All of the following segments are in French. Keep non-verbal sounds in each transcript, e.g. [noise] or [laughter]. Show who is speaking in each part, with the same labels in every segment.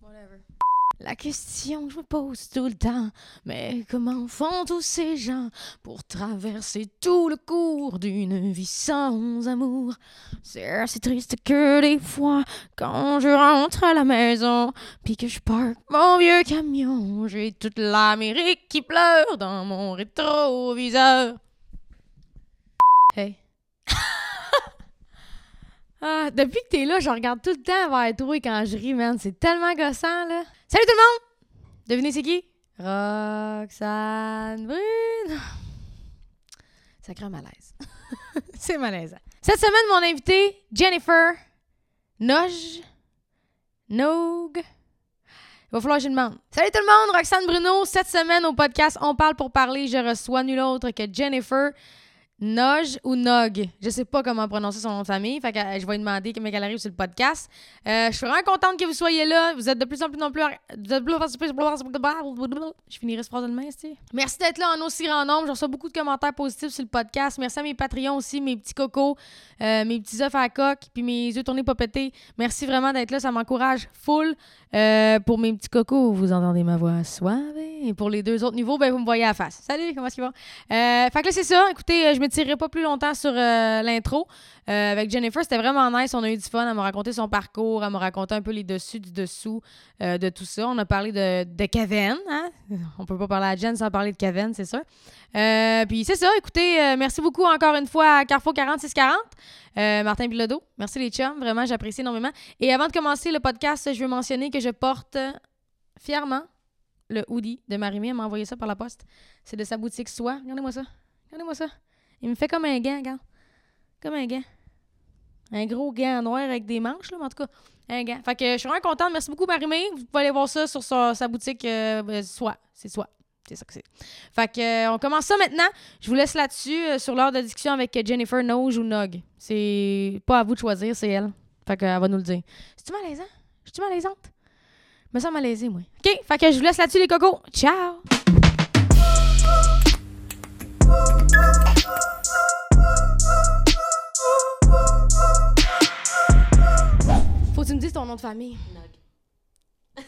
Speaker 1: Whatever.
Speaker 2: La question que je me pose tout le temps, mais comment font tous ces gens pour traverser tout le cours d'une vie sans amour C'est assez triste que des fois, quand je rentre à la maison, puis que je parque mon vieux camion, j'ai toute l'Amérique qui pleure dans mon rétroviseur. Hey. Ah, depuis que t'es là, je regarde tout le temps vers toi quand je ris, man. C'est tellement gossant, là. Salut tout le monde! Devinez c'est qui? Roxane Brune. Sacré malaise. [laughs] c'est malaisant. Cette semaine, mon invitée, Jennifer Noge. Nogue. Il va falloir que je demande. Salut tout le monde, Roxane Bruno. Cette semaine, au podcast On parle pour parler, je reçois nul autre que Jennifer Noge ou Nog. Je sais pas comment prononcer son nom de famille. Fait que euh, je vais lui demander mais qu'elle arrive sur le podcast. Euh, je suis vraiment contente que vous soyez là. Vous êtes de plus en plus non plus. vous êtes plus en plus- Je finirai ce phrase de main, c'est. Merci d'être là en aussi grand nombre. Je reçois beaucoup de commentaires positifs sur le podcast. Merci à mes Patreons aussi, mes petits cocos, euh, mes petits œufs à la coque, puis mes yeux tournés pas pétés. Merci vraiment d'être là. Ça m'encourage full. Euh, pour mes petits cocos, vous entendez ma voix suave. Et pour les deux autres niveaux, ben, vous me voyez à la face. Salut, comment est-ce qu'ils vont? Euh, fait que là, c'est ça. Écoutez, euh, je ne m'étirerai pas plus longtemps sur euh, l'intro. Euh, avec Jennifer, c'était vraiment nice. On a eu du fun. Elle m'a raconté son parcours. Elle m'a raconté un peu les dessus du dessous euh, de tout ça. On a parlé de, de Caven. Hein? On peut pas parler à Jen sans parler de Caven, c'est sûr. Euh, puis c'est ça. Écoutez, euh, merci beaucoup encore une fois à Carrefour 4640. Euh, Martin Bilodeau, merci les chums. Vraiment, j'apprécie énormément. Et avant de commencer le podcast, je veux mentionner que je porte euh, fièrement le hoodie de Marimé. Elle m'a envoyé ça par la poste. C'est de sa boutique Soi. Regardez-moi ça. Regardez-moi ça. Il me fait comme un gant, regarde. Comme un gant. Un gros gant noir avec des manches, là, mais en tout cas, un gant. Fait que je suis vraiment contente. Merci beaucoup, Marimé. Vous pouvez aller voir ça sur sa, sa boutique euh, euh, Soi. C'est Soi. C'est ça que c'est. Fait que, euh, on commence ça maintenant. Je vous laisse là-dessus, euh, sur l'heure de discussion avec euh, Jennifer Noge ou Nog. C'est pas à vous de choisir, c'est elle. Fait qu'elle va nous le dire. C'est-tu malaisant? Je-tu malaisante? Je me sens malaisée, moi. OK, fait que je vous laisse là-dessus, les cocos. Ciao! Faut que tu me dises ton nom de famille.
Speaker 3: Nog.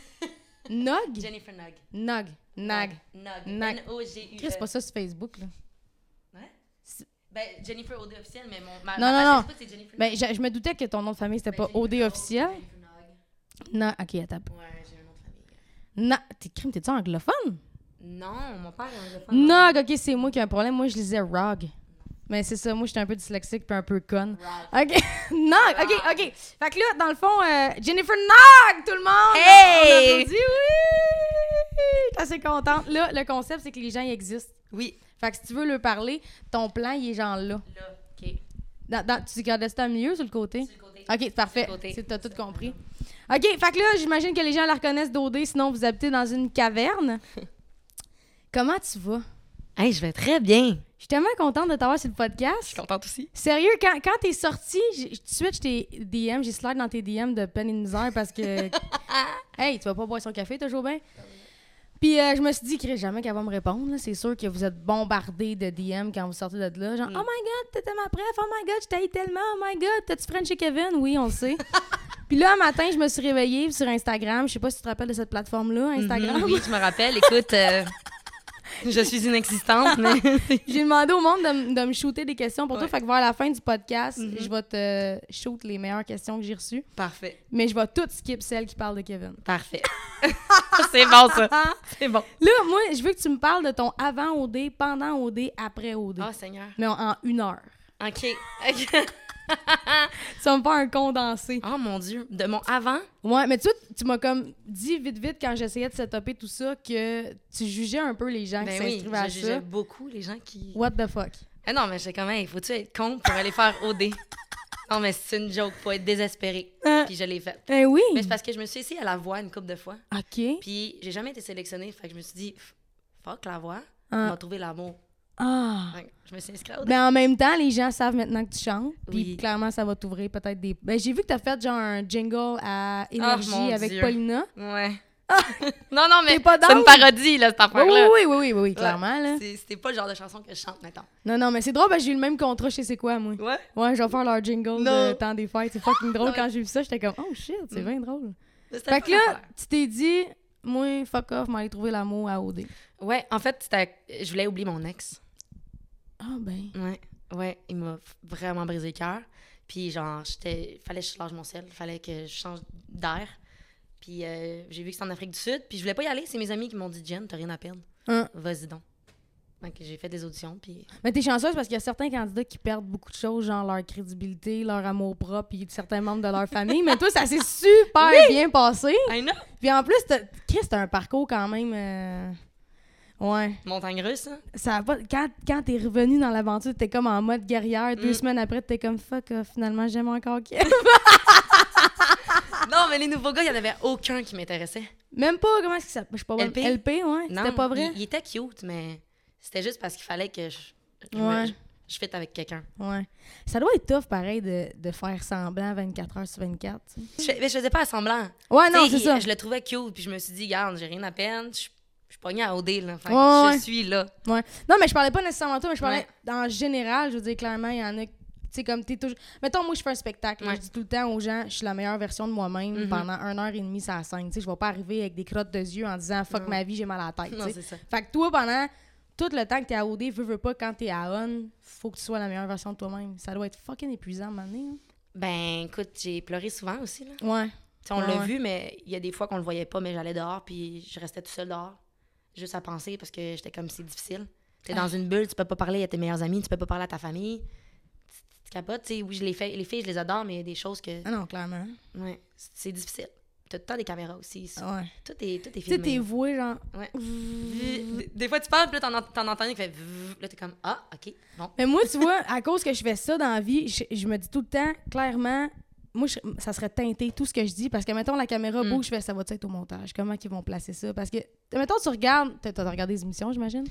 Speaker 2: Nog?
Speaker 3: Jennifer Nog.
Speaker 2: Nog. Nag.
Speaker 3: Nog.
Speaker 2: Nag.
Speaker 3: N-O-G-U.
Speaker 2: Chris, c'est pas ça sur Facebook, là.
Speaker 3: Ben, Jennifer OD officielle, mais mon. Ma,
Speaker 2: Non,
Speaker 3: ma
Speaker 2: non,
Speaker 3: page Facebook, c'est Jennifer
Speaker 2: Ben, je, je me doutais que ton nom de famille, c'était
Speaker 3: Ben,
Speaker 2: pas
Speaker 3: Jennifer
Speaker 2: OD
Speaker 3: Nog,
Speaker 2: officiel.
Speaker 3: Jennifer Nog.
Speaker 2: Non, OK, attends.
Speaker 3: Ouais, j'ai un nom de famille.
Speaker 2: Non, t'es crime, t'es-tu anglophone?
Speaker 3: Non, mon père est anglophone.
Speaker 2: Nog, ok, c'est moi qui ai un problème. Moi, je lisais Rog. Mais c'est ça, moi, j'étais un peu dyslexique puis un peu conne.
Speaker 3: Rog.
Speaker 2: Ok, [laughs] Nog, ok,
Speaker 3: Ah.
Speaker 2: ok. Fait que là, dans le fond, euh, Jennifer Nog, tout le monde!
Speaker 3: Hey!
Speaker 2: On applaudit, oui! J'étais assez contente. Là, le concept, c'est que les gens, ils existent.
Speaker 3: Oui.
Speaker 2: Fait que si tu veux leur parler, ton plan, il est genre là.
Speaker 3: Là, OK.
Speaker 2: Dans- dans- tu gardais ça au milieu sur le côté?
Speaker 3: Sur le côté.
Speaker 2: Ok, c'est parfait.
Speaker 3: Sur le côté.
Speaker 2: C'est- T'as tout compris. Ok, fait que là, j'imagine que les gens la reconnaissent d'OD, sinon vous habitez dans une
Speaker 3: [laughs]
Speaker 2: caverne. Comment tu vas?
Speaker 3: Hey, je vais très bien.
Speaker 2: Je suis tellement contente de t'avoir sur le
Speaker 3: Je
Speaker 2: podcast.
Speaker 3: suis contente aussi.
Speaker 2: Sérieux, quand, quand t'es sortie, j'ai- tout de suite, je t'ai DM, j'ai slide dans tes DM de peine et de misère parce
Speaker 3: [laughs]
Speaker 2: que. hey, tu vas pas boire son café, toujours bien? Puis euh, je me suis dit, Chris, jamais qu'elle va me répondre. là. C'est sûr que vous êtes bombardé de DM quand vous sortez de là.
Speaker 3: Mm.
Speaker 2: Genre, oh my god, t'es tellement bref, oh my god, je t'haïs tellement, oh my god, t'as-tu French chez Kevin? Oui, on le sait.
Speaker 3: [laughs]
Speaker 2: Puis là, un matin, je me suis réveillée sur Instagram. Je sais pas si tu te rappelles de cette plateforme-là, Instagram.
Speaker 3: Mm-hmm. Oui, je me rappelle. Écoute, euh, je suis inexistante, mais.
Speaker 2: [laughs] J'ai demandé au monde de, m- de me shooter des questions pour toi.
Speaker 3: Ouais. Mm-hmm.
Speaker 2: Fait que vers la fin du podcast, je vais te shoot les meilleures questions que j'ai reçues.
Speaker 3: [laughs] Parfait.
Speaker 2: Mais je vais tout skip celles qui parlent de Kevin.
Speaker 3: Parfait. [laughs] c'est bon, ça.
Speaker 2: Ah!
Speaker 3: C'est bon.
Speaker 2: Là, moi, je veux que tu me parles de ton avant OD, pendant OD, après OD.
Speaker 3: Oh, Seigneur.
Speaker 2: Mais en, en une heure.
Speaker 3: OK. [laughs] OK.
Speaker 2: Tu vas me faire un condensé.
Speaker 3: Oh, mon Dieu. De mon avant?
Speaker 2: Ouais, mais tu vois, tu m'as comme dit vite, vite, quand j'essayais de setuper tout ça, que tu jugeais un peu les gens qui
Speaker 3: Ben oui,
Speaker 2: s'inscrivaient à
Speaker 3: je jugeais
Speaker 2: ça.
Speaker 3: beaucoup les gens qui.
Speaker 2: What the fuck?
Speaker 3: Ah non, mais j'étais comme, hey, faut-tu être con pour aller faire OD? non, mais c'est une joke, faut être désespéré.
Speaker 2: Euh.
Speaker 3: Puis je l'ai faite.
Speaker 2: Eh oui!
Speaker 3: Mais c'est parce que je me suis essayée à la voix une couple de fois.
Speaker 2: OK.
Speaker 3: Puis j'ai jamais été sélectionnée, fait que je me suis dit, F- fuck la voix,
Speaker 2: Ah.
Speaker 3: on va trouver l'amour.
Speaker 2: Ah!
Speaker 3: Fait que Je me suis inscrite à OD.
Speaker 2: Mais en même temps, les gens savent maintenant que tu chantes. Puis
Speaker 3: Oui.
Speaker 2: clairement, ça va t'ouvrir peut-être des. Ben, j'ai vu que t'as fait genre un jingle à Énergie
Speaker 3: Ah, mon
Speaker 2: avec
Speaker 3: Dieu.
Speaker 2: Paulina.
Speaker 3: Ouais. [laughs] non, non, mais
Speaker 2: Ben- Ah! T'es pas
Speaker 3: c'est une
Speaker 2: down?
Speaker 3: parodie, là, cette
Speaker 2: Oui, oui,
Speaker 3: affaire-là.
Speaker 2: oui, oui, oui, oui, clairement. Là.
Speaker 3: C'est- C'était pas le genre de chanson que je chante, mettons.
Speaker 2: Non, non, mais c'est drôle, ben, j'ai eu le même contrat chez C'est quoi, moi.
Speaker 3: Ouais.
Speaker 2: Ouais, je vais faire leur jingle
Speaker 3: Non. [laughs]
Speaker 2: de temps des fêtes. C'est fucking drôle.
Speaker 3: Ouais.
Speaker 2: Quand j'ai vu ça, j'étais comme, oh shit, c'est bien drôle.
Speaker 3: C'était
Speaker 2: Fait
Speaker 3: pas
Speaker 2: que là,
Speaker 3: l'affaire.
Speaker 2: tu t'es dit, moi, fuck off, m'aller trouver l'amour à OD.
Speaker 3: Ouais, en fait, c'était- je voulais oublier mon ex.
Speaker 2: Ah ben.
Speaker 3: Ouais, ouais, il m'a vraiment brisé le cœur. Puis genre, j'étais, fallait que je lâche mon sel, fallait que je change d'air. Puis euh, j'ai vu que c'était en Afrique du Sud, puis je voulais pas y aller. C'est mes amis qui m'ont dit Jen, t'as rien à perdre,
Speaker 2: Hein.
Speaker 3: vas-y donc. Donc j'ai fait des auditions, puis
Speaker 2: Mais t'es chanceuse parce qu'il y a certains candidats qui perdent beaucoup de choses, genre leur crédibilité, leur amour propre, puis certains membres de leur famille. Mais toi, ça
Speaker 3: [laughs]
Speaker 2: s'est super bien passé.
Speaker 3: I know.
Speaker 2: Puis en plus, t'as- Chris, t'as un parcours quand même. euh, Ouais.
Speaker 3: Montagne russe,
Speaker 2: [laughs]
Speaker 3: hein?
Speaker 2: Ça a pas... Quand, quand t'es revenu dans l'aventure, t'es comme en mode guerrière. Deux
Speaker 3: Mm.
Speaker 2: semaines après, t'es comme fuck, off, finalement, j'aime encore qui.
Speaker 3: non, mais les nouveaux gars, il y en avait aucun qui m'intéressait.
Speaker 2: [laughs] Même pas, comment est-ce que ça. Je suis pas bonne.
Speaker 3: LP?
Speaker 2: LP, ouais. C'était
Speaker 3: Non,
Speaker 2: pas vrai.
Speaker 3: Il, il était cute, mais c'était juste parce qu'il fallait que je, je,
Speaker 2: Ouais.
Speaker 3: me- je, je fitte avec quelqu'un.
Speaker 2: Ouais. Ça doit être tough, pareil, de, de faire semblant 24 heures sur 24. tu sais.
Speaker 3: Je, mais je faisais pas à semblant.
Speaker 2: Ouais, non,
Speaker 3: Tu sais,
Speaker 2: c'est
Speaker 3: il-
Speaker 2: ça.
Speaker 3: Je le trouvais cute, puis je me suis dit, garde, j'ai rien à peine, je je suis pognée à OD, là. Fait que
Speaker 2: Ouais, ouais.
Speaker 3: je suis là. [clears throat]
Speaker 2: Ouais. Non, mais je parlais pas nécessairement de toi, mais je parlais
Speaker 3: Ouais.
Speaker 2: en général. Je veux dire, clairement, il y en a. Tu sais, comme t'es toujours. Mettons, moi, je fais un spectacle. là,
Speaker 3: Ouais.
Speaker 2: Je dis tout le temps aux gens, je suis la meilleure version de moi-même
Speaker 3: Mhm.
Speaker 2: pendant une heure et demie, ça scène. Tu sais, je vais pas arriver avec des crottes de yeux en disant fuck
Speaker 3: Non.
Speaker 2: ma vie, j'ai mal à la tête. tu
Speaker 3: Non,
Speaker 2: sais.
Speaker 3: c'est ça.
Speaker 2: Fait que toi, pendant tout le temps que t'es à OD, veux, veux pas, quand t'es à ON, faut que tu sois la meilleure version de toi-même. Ça doit être fucking épuisant à un moment donné, hein.
Speaker 3: Ben, écoute, j'ai pleuré souvent aussi, là.
Speaker 2: Ouais.
Speaker 3: Tu sais, on
Speaker 2: Ouais,
Speaker 3: l'a
Speaker 2: ouais.
Speaker 3: vu, mais il y a des fois qu'on le voyait pas, mais j'allais dehors, puis je restais tout seul dehors, juste à penser, parce que j'étais comme, c'est difficile. T'es
Speaker 2: Ah.
Speaker 3: dans une bulle, tu peux pas parler à tes meilleurs amis, tu peux pas parler à ta famille. Tu- Tu capotes, tu sais, oui, je les fais, les filles, je les adore, mais il y a des choses que,
Speaker 2: Ah non, clairement.
Speaker 3: ouais, c'est c'est difficile. T'as tout le temps des caméras aussi. ça.
Speaker 2: Ouais.
Speaker 3: Tout est, tout est
Speaker 2: Ah. Tu sais, t'es
Speaker 3: filmé.
Speaker 2: voué, genre.
Speaker 3: Ouais. Des- Des fois, tu parles, puis là, t'en en- t'en entends un qui fait... vzz, Là, t'es comme, ah, OK, bon.
Speaker 2: Mais moi, tu vois, à cause que je fais ça dans la vie, je, je me dis tout le temps, clairement, moi, je- ça serait teinté tout ce que je dis parce que, mettons, la caméra
Speaker 3: Mm.
Speaker 2: bouge, je fais ça va être au montage? Comment ils vont placer ça? Parce que, mettons, tu regardes, t'as t'as regardé les émissions, j'imagine?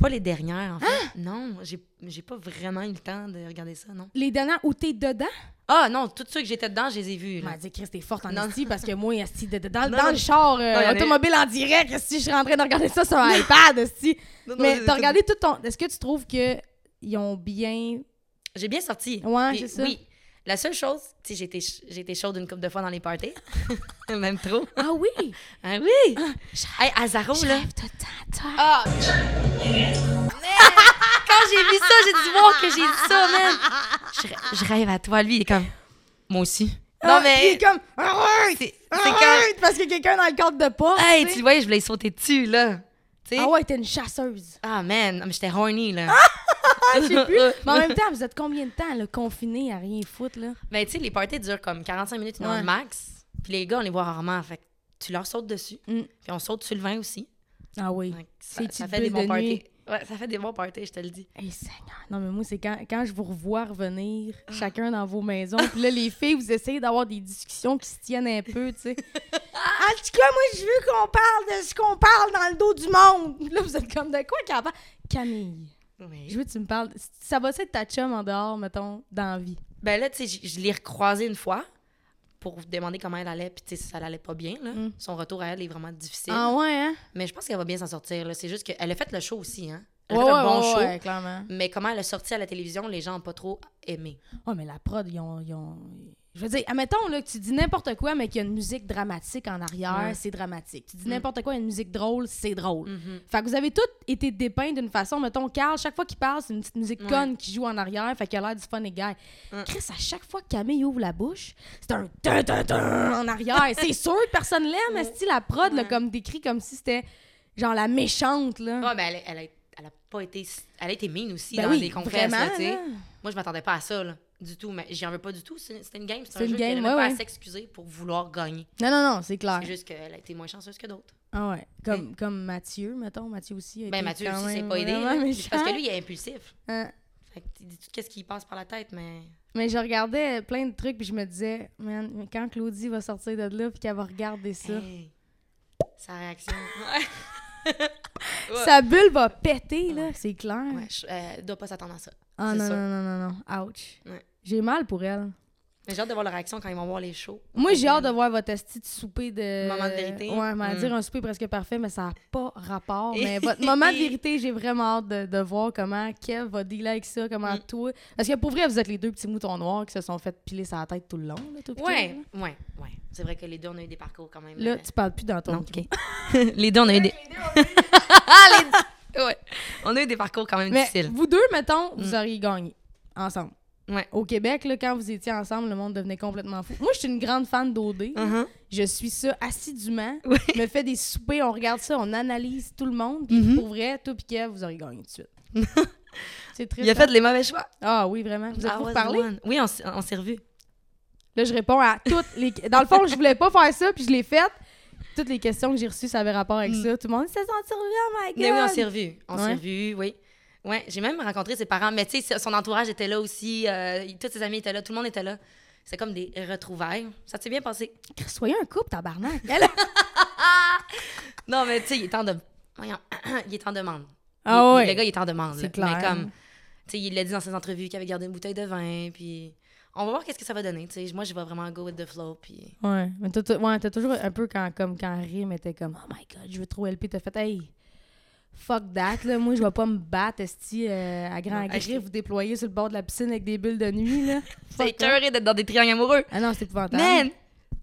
Speaker 3: Pas les dernières, en fait. Non, j'ai j'ai pas vraiment eu le temps de regarder ça, non.
Speaker 2: Les dernières où t'es dedans?
Speaker 3: Ah non, tout ceux que j'étais dedans, je les ai vus.
Speaker 2: Elle
Speaker 3: là.
Speaker 2: m'a dit, Chris, t'es forte en
Speaker 3: Non.
Speaker 2: esti parce que moi, esti, de- de- dans,
Speaker 3: Non,
Speaker 2: dans
Speaker 3: non.
Speaker 2: le char euh,
Speaker 3: Non, y en a-
Speaker 2: automobile en direct, si je rentrais de regarder ça sur un iPad, esti.
Speaker 3: Non, non,
Speaker 2: Mais
Speaker 3: j'ai-
Speaker 2: t'as regardé tout ton. Est-ce que tu trouves que ils ont bien.
Speaker 3: J'ai bien sorti.
Speaker 2: Ouais,
Speaker 3: Puis
Speaker 2: c'est ça.
Speaker 3: Oui. La seule chose, tu sais, j'ai été ch- j'ai été chaude une couple de fois dans les [laughs] parties. Même trop.
Speaker 2: Ah [laughs] oui!
Speaker 3: Ah oui!
Speaker 2: je
Speaker 3: Hey, Azaro, là.
Speaker 2: rêve tout le temps de toi.
Speaker 3: Ah! Mais Quand j'ai vu ça, j'ai dû voir que j'ai dit ça, man! Je, rê- je rêve à toi, lui, il est comme. Moi aussi.
Speaker 2: Ah,
Speaker 3: Non,
Speaker 2: puis il
Speaker 3: mais.
Speaker 2: est comme arrête,
Speaker 3: C'est c'est comme.
Speaker 2: arrête, parce que quelqu'un dans le cadre de [laughs] pas.
Speaker 3: Hey,
Speaker 2: tu
Speaker 3: tu
Speaker 2: sais.
Speaker 3: le vois, je voulais sauter dessus, là. Tu sais?
Speaker 2: Ah ouais, t'es une chasseuse.
Speaker 3: Ah, man, Ah, mais j'étais
Speaker 2: [laughs]
Speaker 3: horny, là.
Speaker 2: Ah, Je sais plus.
Speaker 3: [laughs]
Speaker 2: Mais en même temps, vous êtes combien de temps là, confiné à rien foutre là
Speaker 3: Mais Ben, tu sais, les parties durent comme 45 minutes, une
Speaker 2: Ouais.
Speaker 3: heure max. Puis les gars, on les voit rarement. Fait que tu leur sautes dessus.
Speaker 2: Mm.
Speaker 3: Puis on saute sur le vin aussi.
Speaker 2: Ah oui.
Speaker 3: Donc,
Speaker 2: Ces
Speaker 3: ça, ça
Speaker 2: petites
Speaker 3: fait des
Speaker 2: bulles de
Speaker 3: bons
Speaker 2: nuit.
Speaker 3: parties. Ouais, ça fait des bons parties, je te le dis.
Speaker 2: Hey Seigneur. Non mais moi c'est quand, quand je vous revois revenir chacun dans vos maisons, puis là les filles vous essayez d'avoir des discussions qui se tiennent un peu, tu sais. [laughs] en tout cas, moi je veux qu'on parle de ce qu'on parle dans le dos du monde. Là vous êtes comme de quoi qu'elle parle Camille, je
Speaker 3: Oui.
Speaker 2: veux que tu me parles. Ça va être ta chum en dehors, mettons, dans la vie.
Speaker 3: Ben là, tu sais, je- je l'ai recroisée une fois pour vous demander comment elle allait. Puis tu sais, si ça l'allait pas bien, là.
Speaker 2: Mm.
Speaker 3: Son retour à elle est vraiment difficile.
Speaker 2: Ah ouais hein.
Speaker 3: Mais je pense qu'elle va bien s'en sortir, là. C'est juste qu'elle a fait le show aussi, hein. Elle
Speaker 2: Ouais,
Speaker 3: a
Speaker 2: ouais,
Speaker 3: fait un bon
Speaker 2: ouais,
Speaker 3: show.
Speaker 2: ouais, clairement.
Speaker 3: Mais comment elle a sorti à la télévision, les gens n'ont pas trop aimé.
Speaker 2: Ouais, mais la prod, ils ont. ils ont- Je veux dire, admettons là, que tu dis n'importe quoi, mais qu'il y a une musique dramatique en arrière,
Speaker 3: Ouais.
Speaker 2: c'est dramatique. Tu dis
Speaker 3: Mm.
Speaker 2: n'importe quoi, il y a une musique drôle, c'est drôle.
Speaker 3: Mhm.
Speaker 2: Fait que vous avez tous été dépeints d'une façon. Mettons, Carl, chaque fois qu'il parle, c'est une petite musique
Speaker 3: Ouais.
Speaker 2: conne qui joue en arrière, fait qu'il a l'air du funny guy.
Speaker 3: Mm.
Speaker 2: Chris, à chaque fois que Camille ouvre la bouche, c'est un dun, dun, dun en arrière.
Speaker 3: [laughs]
Speaker 2: c'est sûr que personne l'aime, est la prod, là,
Speaker 3: Ouais.
Speaker 2: comme décrit comme si c'était genre la méchante, là.
Speaker 3: Ouais, ben elle, elle, a, elle a pas été. Elle a été mine aussi
Speaker 2: Ben
Speaker 3: dans
Speaker 2: oui,
Speaker 3: les confesses, là,
Speaker 2: vraiment,
Speaker 3: tu sais.
Speaker 2: là.
Speaker 3: Moi, je m'attendais pas à ça, là, du tout. Mais j'en veux pas du tout. C'est- C'était une game, Ben. c'est un
Speaker 2: C'est une
Speaker 3: jeu.
Speaker 2: game,
Speaker 3: elle
Speaker 2: ouais,
Speaker 3: pas
Speaker 2: ouais.
Speaker 3: à s'excuser pour vouloir gagner.
Speaker 2: Non, non, non, c'est clair.
Speaker 3: C'est juste qu'elle a été moins chanceuse que d'autres.
Speaker 2: Ah ouais. Comme, comme Mathieu, mettons. Mathieu aussi. a
Speaker 3: Ben,
Speaker 2: été
Speaker 3: Mathieu
Speaker 2: quand
Speaker 3: aussi, c'est
Speaker 2: même
Speaker 3: pas aidé.
Speaker 2: vraiment
Speaker 3: là.
Speaker 2: méchant.
Speaker 3: Parce que lui, il est impulsif.
Speaker 2: Hein.
Speaker 3: Fait que il dit tout ce qui passe par la tête, mais.
Speaker 2: Mais je regardais plein de trucs, puis je me disais, man, mais quand Claudie va sortir de là, puis qu'elle va regarder ça,
Speaker 3: Hey, sa réaction. [laughs] Ouais. ouais.
Speaker 2: sa bulle va péter, là, c'est clair.
Speaker 3: Ouais, je- euh, elle doit pas s'attendre à ça.
Speaker 2: ah
Speaker 3: c'est
Speaker 2: non,
Speaker 3: sûr.
Speaker 2: non, non, non, non. Ouch.
Speaker 3: Ouais.
Speaker 2: J'ai mal pour elle.
Speaker 3: Mais j'ai hâte de voir leur réaction quand ils vont voir les shows.
Speaker 2: Moi, j'ai hâte de voir votre esti de souper de.
Speaker 3: Moment de vérité.
Speaker 2: Ouais, mais à
Speaker 3: Mm.
Speaker 2: dire un souper presque parfait, mais ça n'a pas rapport.
Speaker 3: [laughs]
Speaker 2: mais votre moment de vérité, j'ai vraiment hâte de, de voir comment Kev va dealer avec ça, comment
Speaker 3: Mm.
Speaker 2: toi. Parce que pour vrai, vous êtes les deux petits moutons noirs qui se sont fait piler sa tête tout le long, là, tout le
Speaker 3: Ouais, ouais, ouais. C'est vrai que les deux, on a eu des parcours quand même.
Speaker 2: Là,
Speaker 3: euh,
Speaker 2: tu parles plus dans ton
Speaker 3: non, ok. [laughs] les deux, on a eu des. [laughs]
Speaker 2: Ah,
Speaker 3: Ouais. On a eu des parcours quand même
Speaker 2: Mais
Speaker 3: difficiles.
Speaker 2: vous deux, mettons, vous auriez gagné ensemble.
Speaker 3: Mm. Ouais.
Speaker 2: Au Québec, là, quand vous étiez ensemble, le monde devenait complètement fou. Moi, je suis une grande fan d'OD.
Speaker 3: Mhm.
Speaker 2: Je suis ça assidûment.
Speaker 3: [laughs] Ouais.
Speaker 2: Je me fais des soupers, on regarde ça, on analyse tout le monde. Puis
Speaker 3: Mhm.
Speaker 2: pour vrai, toi pis Kev, vous auriez gagné tout de suite.
Speaker 3: [laughs]
Speaker 2: C'est triste.
Speaker 3: Il a
Speaker 2: hein?
Speaker 3: fait les mauvais choix.
Speaker 2: Ah oui, vraiment. Vous
Speaker 3: I
Speaker 2: êtes pour
Speaker 3: was
Speaker 2: parler?
Speaker 3: the one. Oui, on, s- on s'est revus.
Speaker 2: Là, je réponds à toutes les. Dans le fond, je voulais pas faire ça, puis je l'ai faite. Toutes les questions que j'ai reçues, ça avait rapport avec ça. Tout le monde, ça s'en survient, oh my God!
Speaker 3: Mm. Mais oui, on s'est revus. On
Speaker 2: Ouais.
Speaker 3: s'est revus, oui. Ouais, j'ai même rencontré ses parents. Mais tu sais, son entourage était là aussi. euh, tous ses amis étaient là. Tout le monde était là. C'est comme des retrouvailles. Ça s'est bien passé.
Speaker 2: Soyez un couple,
Speaker 3: [laughs]
Speaker 2: tabarnak! Elle-
Speaker 3: Non, mais tu sais, il est en demande. Voyons, [clears throat] il est en demande.
Speaker 2: Ah
Speaker 3: Il-
Speaker 2: ouais.
Speaker 3: Le gars, il est en demande.
Speaker 2: C'est
Speaker 3: là.
Speaker 2: clair.
Speaker 3: Mais comme, tu sais, il l'a dit dans ses entrevues qu'il avait gardé une bouteille de vin. Puis on va voir qu'est-ce que ça va donner. Tu sais, moi, je vais vraiment go with the flow. Puis
Speaker 2: Ouais, mais t'as t'as- ouais, t'as toujours un peu quand, comme, quand Rim était comme Oh my god, je veux trop LP, t'as fait Hey, fuck that, là, moi je vais pas me battre, esti, euh, à grand
Speaker 3: Ouais,
Speaker 2: gré,
Speaker 3: acheter-
Speaker 2: vous déployer sur le bord de la piscine avec des bulles de nuit, là. Fuck
Speaker 3: [laughs] c'est
Speaker 2: off.
Speaker 3: écœuré d'être dans des triangles amoureux.
Speaker 2: Ah non, c'est épouvantable.
Speaker 3: Man,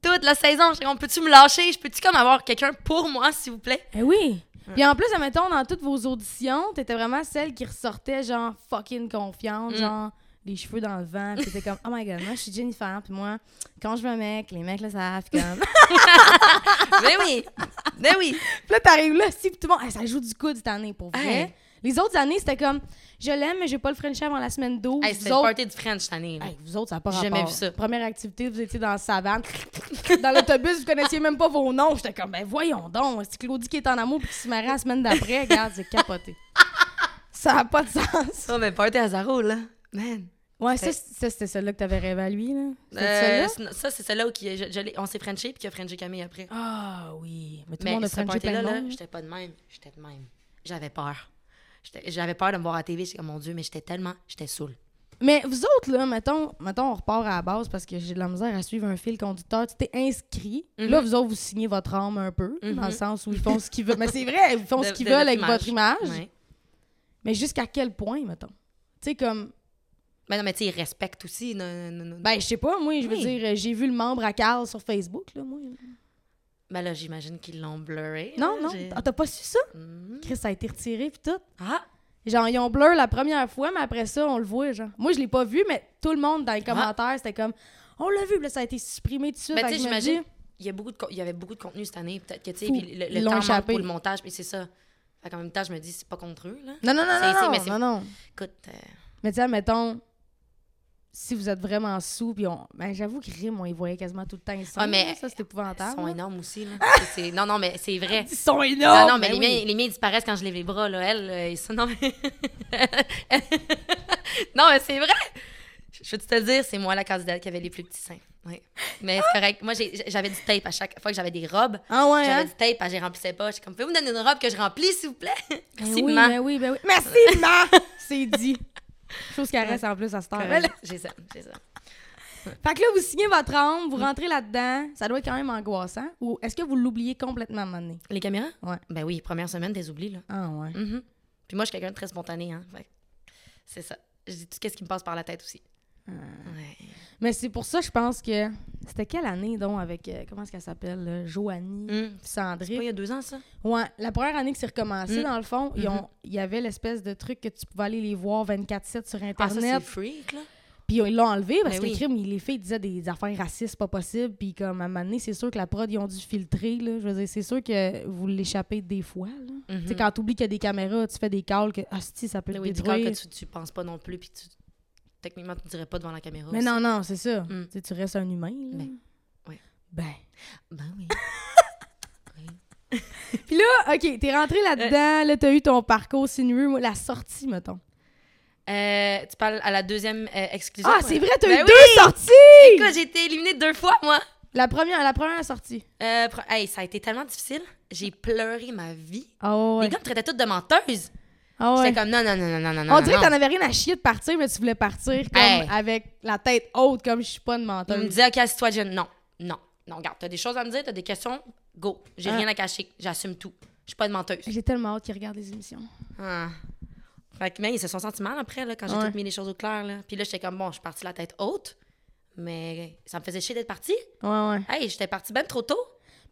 Speaker 3: toute la saison, je on peut-tu me lâcher? Je peux-tu comme avoir quelqu'un pour moi, s'il vous plaît?
Speaker 2: Eh oui! Puis en plus, admettons, dans toutes vos auditions, t'étais vraiment celle qui ressortait, genre, fucking confiante,
Speaker 3: Mm.
Speaker 2: genre, les cheveux dans le vent, pis t'étais comme, oh my god, moi, je suis Jennifer, puis moi, quand je veux un mec, les mecs le savent, puis comme...
Speaker 3: [laughs] ben oui! Ben oui!
Speaker 2: Puis là, t'arrives là, si, puis tout le monde, Hey, ça joue du coude cette année, pour vrai.
Speaker 3: Hey.
Speaker 2: Les autres années, c'était comme, je l'aime, mais j'ai pas le French avant la semaine 12.
Speaker 3: Hey,
Speaker 2: vous,
Speaker 3: c'était le
Speaker 2: autres,
Speaker 3: party du French cette année. là.
Speaker 2: Hey, vous autres, ça n'a pas rapport.
Speaker 3: J'ai jamais vu ça.
Speaker 2: Première activité, vous étiez dans la savane. [laughs] dans l'autobus, vous connaissiez même pas vos noms. J'étais comme, ben voyons donc, c'est Claudie qui est en amour puis qui se marie la semaine d'après. Regarde, c'est
Speaker 3: [laughs]
Speaker 2: capoté. Ça n'a pas de sens.
Speaker 3: Ça, Oh, mais party à Zaro, là. Man.
Speaker 2: Ouais, ça, c'est- ça, c'était celle-là que t'avais rêvé à lui, là. C'était
Speaker 3: Euh,
Speaker 2: celle-là?
Speaker 3: c'est- ça, c'est celle-là où qui- je- je l'ai- on s'est Frenché puis qu'il a Frenché Camille après.
Speaker 2: Ah oui. Mais tout le
Speaker 3: mais
Speaker 2: monde a
Speaker 3: ce
Speaker 2: Frenché plein
Speaker 3: party-là,
Speaker 2: de
Speaker 3: là,
Speaker 2: monde.
Speaker 3: j'étais pas de même. J'étais de même. J'avais peur. J'étais- J'avais peur de me voir à la TV. J'étais comme, mon Dieu, mais j'étais tellement... J'étais saoule.
Speaker 2: Mais vous autres, là, mettons, mettons, on repart à la base parce que j'ai de la misère à suivre un fil conducteur. Tu t'es inscrit.
Speaker 3: Mhm.
Speaker 2: Là, vous autres, vous signez votre âme un peu, dans le sens où ils font
Speaker 3: [laughs]
Speaker 2: ce qu'ils veulent. Mais c'est vrai, ils font
Speaker 3: De-
Speaker 2: ce qu'ils
Speaker 3: de
Speaker 2: veulent
Speaker 3: notre
Speaker 2: avec votre image.
Speaker 3: Ouais.
Speaker 2: Mais jusqu'à quel point, mettons? Tu sais, comme,
Speaker 3: Mais Ben non, mais tu sais, ils respectent aussi. Non, non, non, non.
Speaker 2: ben, je sais pas, moi, je veux
Speaker 3: Oui.
Speaker 2: dire, euh, j'ai vu le membre à Carl sur Facebook, là, moi.
Speaker 3: Ben là, j'imagine qu'ils l'ont blurré.
Speaker 2: Non,
Speaker 3: là,
Speaker 2: non,
Speaker 3: j'ai-
Speaker 2: ah, t'as pas su ça?
Speaker 3: Mhm.
Speaker 2: Chris, ça a été retiré, puis tout.
Speaker 3: Ah!
Speaker 2: Genre, ils ont blur la première fois, mais après ça, on le voit, genre. Moi, je l'ai pas vu, mais tout le monde dans les commentaires, c'était comme, on l'a vu, puis là, ça a été supprimé tout de suite.
Speaker 3: Ah. Ben,
Speaker 2: Fait
Speaker 3: tu sais,
Speaker 2: que je me
Speaker 3: j'imagine,
Speaker 2: dis,
Speaker 3: il y, a beaucoup de, con- il y avait beaucoup de contenu cette année. Peut-être que, tu sais,
Speaker 2: Fou.
Speaker 3: puis le, le
Speaker 2: Ils l'ont
Speaker 3: temps manque
Speaker 2: échappé.
Speaker 3: pour le montage, mais c'est ça. Fait qu'en même temps, je me dis, c'est pas contre eux, là.
Speaker 2: Non, non, non,
Speaker 3: C'est- c'est-
Speaker 2: non,
Speaker 3: mais
Speaker 2: non,
Speaker 3: c'est-
Speaker 2: non, non.
Speaker 3: Écoute, euh,
Speaker 2: Mais tiens, mettons, si vous êtes vraiment sous, puis on. Ben, j'avoue que Rim, on les voyait quasiment tout le temps. Ils sont,
Speaker 3: Ah, mais-
Speaker 2: ça, c'est
Speaker 3: ils
Speaker 2: épouvantable.
Speaker 3: sont
Speaker 2: là.
Speaker 3: énormes aussi, là. [laughs] C'est- c'est- Non, non, mais c'est vrai.
Speaker 2: Ils sont
Speaker 3: Non,
Speaker 2: énormes!
Speaker 3: non, mais
Speaker 2: ben
Speaker 3: les, miens,
Speaker 2: oui.
Speaker 3: les miens disparaissent quand je lève les bras, là. Elle, euh, ils sont- [laughs] non, mais... non, mais c'est vrai! Je je veux te le dire, c'est moi la candidate qui avait les plus petits seins. Oui. Mais c'est correct. Moi, j'ai- j'avais du tape à chaque fois que j'avais des robes.
Speaker 2: Ah, ouais, hein?
Speaker 3: J'avais du tape, ah, je les remplissais pas. J'étais comme, pouvez-vous me donner une robe que je remplis, s'il vous plaît?
Speaker 2: Ben
Speaker 3: Merci,
Speaker 2: oui,
Speaker 3: maman.
Speaker 2: ben oui, ben oui.
Speaker 3: [laughs]
Speaker 2: Merci, maman! c'est dit. Chose qu'elle reste en plus à cette heure. Ben
Speaker 3: Correct. J'ai ça, j'ai ça.
Speaker 2: Fait que là, vous signez votre âme, vous
Speaker 3: Mm.
Speaker 2: rentrez là-dedans. Ça doit être quand même angoissant. Ou est-ce que vous l'oubliez complètement à un moment donné?
Speaker 3: Les caméras?
Speaker 2: Ouais.
Speaker 3: Ben oui, première semaine, t'es oublié, là.
Speaker 2: Ah, ouais.
Speaker 3: Mhm. Puis moi, je suis quelqu'un de très spontané, hein. Fait que c'est ça. Je dis tout ce qui me passe par la tête aussi. Ouais.
Speaker 2: Mais c'est pour ça, je pense que. C'était quelle année, donc, avec. euh, comment est-ce qu'elle s'appelle? là? Joanie.
Speaker 3: Mm.
Speaker 2: puis Sandrine.
Speaker 3: Pas il y a deux ans, ça?
Speaker 2: Ouais, la première année que c'est recommencé,
Speaker 3: Mm.
Speaker 2: dans le fond, ils ont- il y avait l'espèce de truc que tu pouvais aller les voir 24-7 sur
Speaker 3: Ah, ça,
Speaker 2: Internet.
Speaker 3: c'est freak, là.
Speaker 2: puis ils l'ont enlevé parce
Speaker 3: Ben
Speaker 2: que le
Speaker 3: oui.
Speaker 2: crime, il- les filles disaient des affaires racistes pas possibles. Puis comme à un moment donné, c'est sûr que la prod, ils ont dû filtrer. Là. Je veux dire, c'est sûr que vous l'échappez des fois. Là. Tu sais, quand t'oublies qu'il y a des caméras, tu fais des calls que, ah, si, ça peut te
Speaker 3: Mm. Ben Oui, du corps
Speaker 2: détruire.
Speaker 3: que tu, tu penses pas non plus, puis tu, techniquement, tu dirais pas devant la caméra.
Speaker 2: Mais
Speaker 3: aussi.
Speaker 2: non, non, c'est ça.
Speaker 3: Mm.
Speaker 2: Tu sais, Tu restes un humain. Là.
Speaker 3: Ben, ouais.
Speaker 2: Ben.
Speaker 3: Ben oui.
Speaker 2: Puis là, OK, t'es rentré là-dedans, là, t'as eu ton parcours sinueux, moi, la sortie, mettons.
Speaker 3: Euh, tu parles à la deuxième euh, exclusion.
Speaker 2: Ah, c'est vrai, t'as
Speaker 3: Ben
Speaker 2: eu
Speaker 3: oui!
Speaker 2: deux sorties!
Speaker 3: Écoute, j'ai été éliminée deux fois, moi.
Speaker 2: La première, la première sortie.
Speaker 3: Euh, pre- hey, ça a été tellement difficile. J'ai pleuré ma vie.
Speaker 2: Ah ouais.
Speaker 3: Les gars me traitaient toutes de menteuse.
Speaker 2: Ah ouais.
Speaker 3: J'étais comme non, non, non, non, non, non.
Speaker 2: On
Speaker 3: non,
Speaker 2: dirait que
Speaker 3: non.
Speaker 2: t'en avais rien à chier de partir, mais tu voulais partir comme
Speaker 3: Hey.
Speaker 2: avec la tête haute, comme je suis pas une
Speaker 3: Ils me
Speaker 2: menteuse.
Speaker 3: disaient, OK, assis-toi, Jen. Non, non, non, regarde, t'as des choses à me dire, t'as des questions, go. J'ai
Speaker 2: Ah.
Speaker 3: rien à cacher, j'assume tout. Je suis pas de menteuse.
Speaker 2: J'ai tellement hâte qu'ils regardent les émissions.
Speaker 3: Ah. Fait que, mais ils se sont sentis mal après, là, quand j'ai
Speaker 2: Ouais.
Speaker 3: tout mis les choses au clair. Là. Puis là, j'étais comme, bon, je suis partie la tête haute, Mais ça me faisait chier d'être partie.
Speaker 2: Ouais, ouais.
Speaker 3: Hey, j'étais partie ben trop tôt.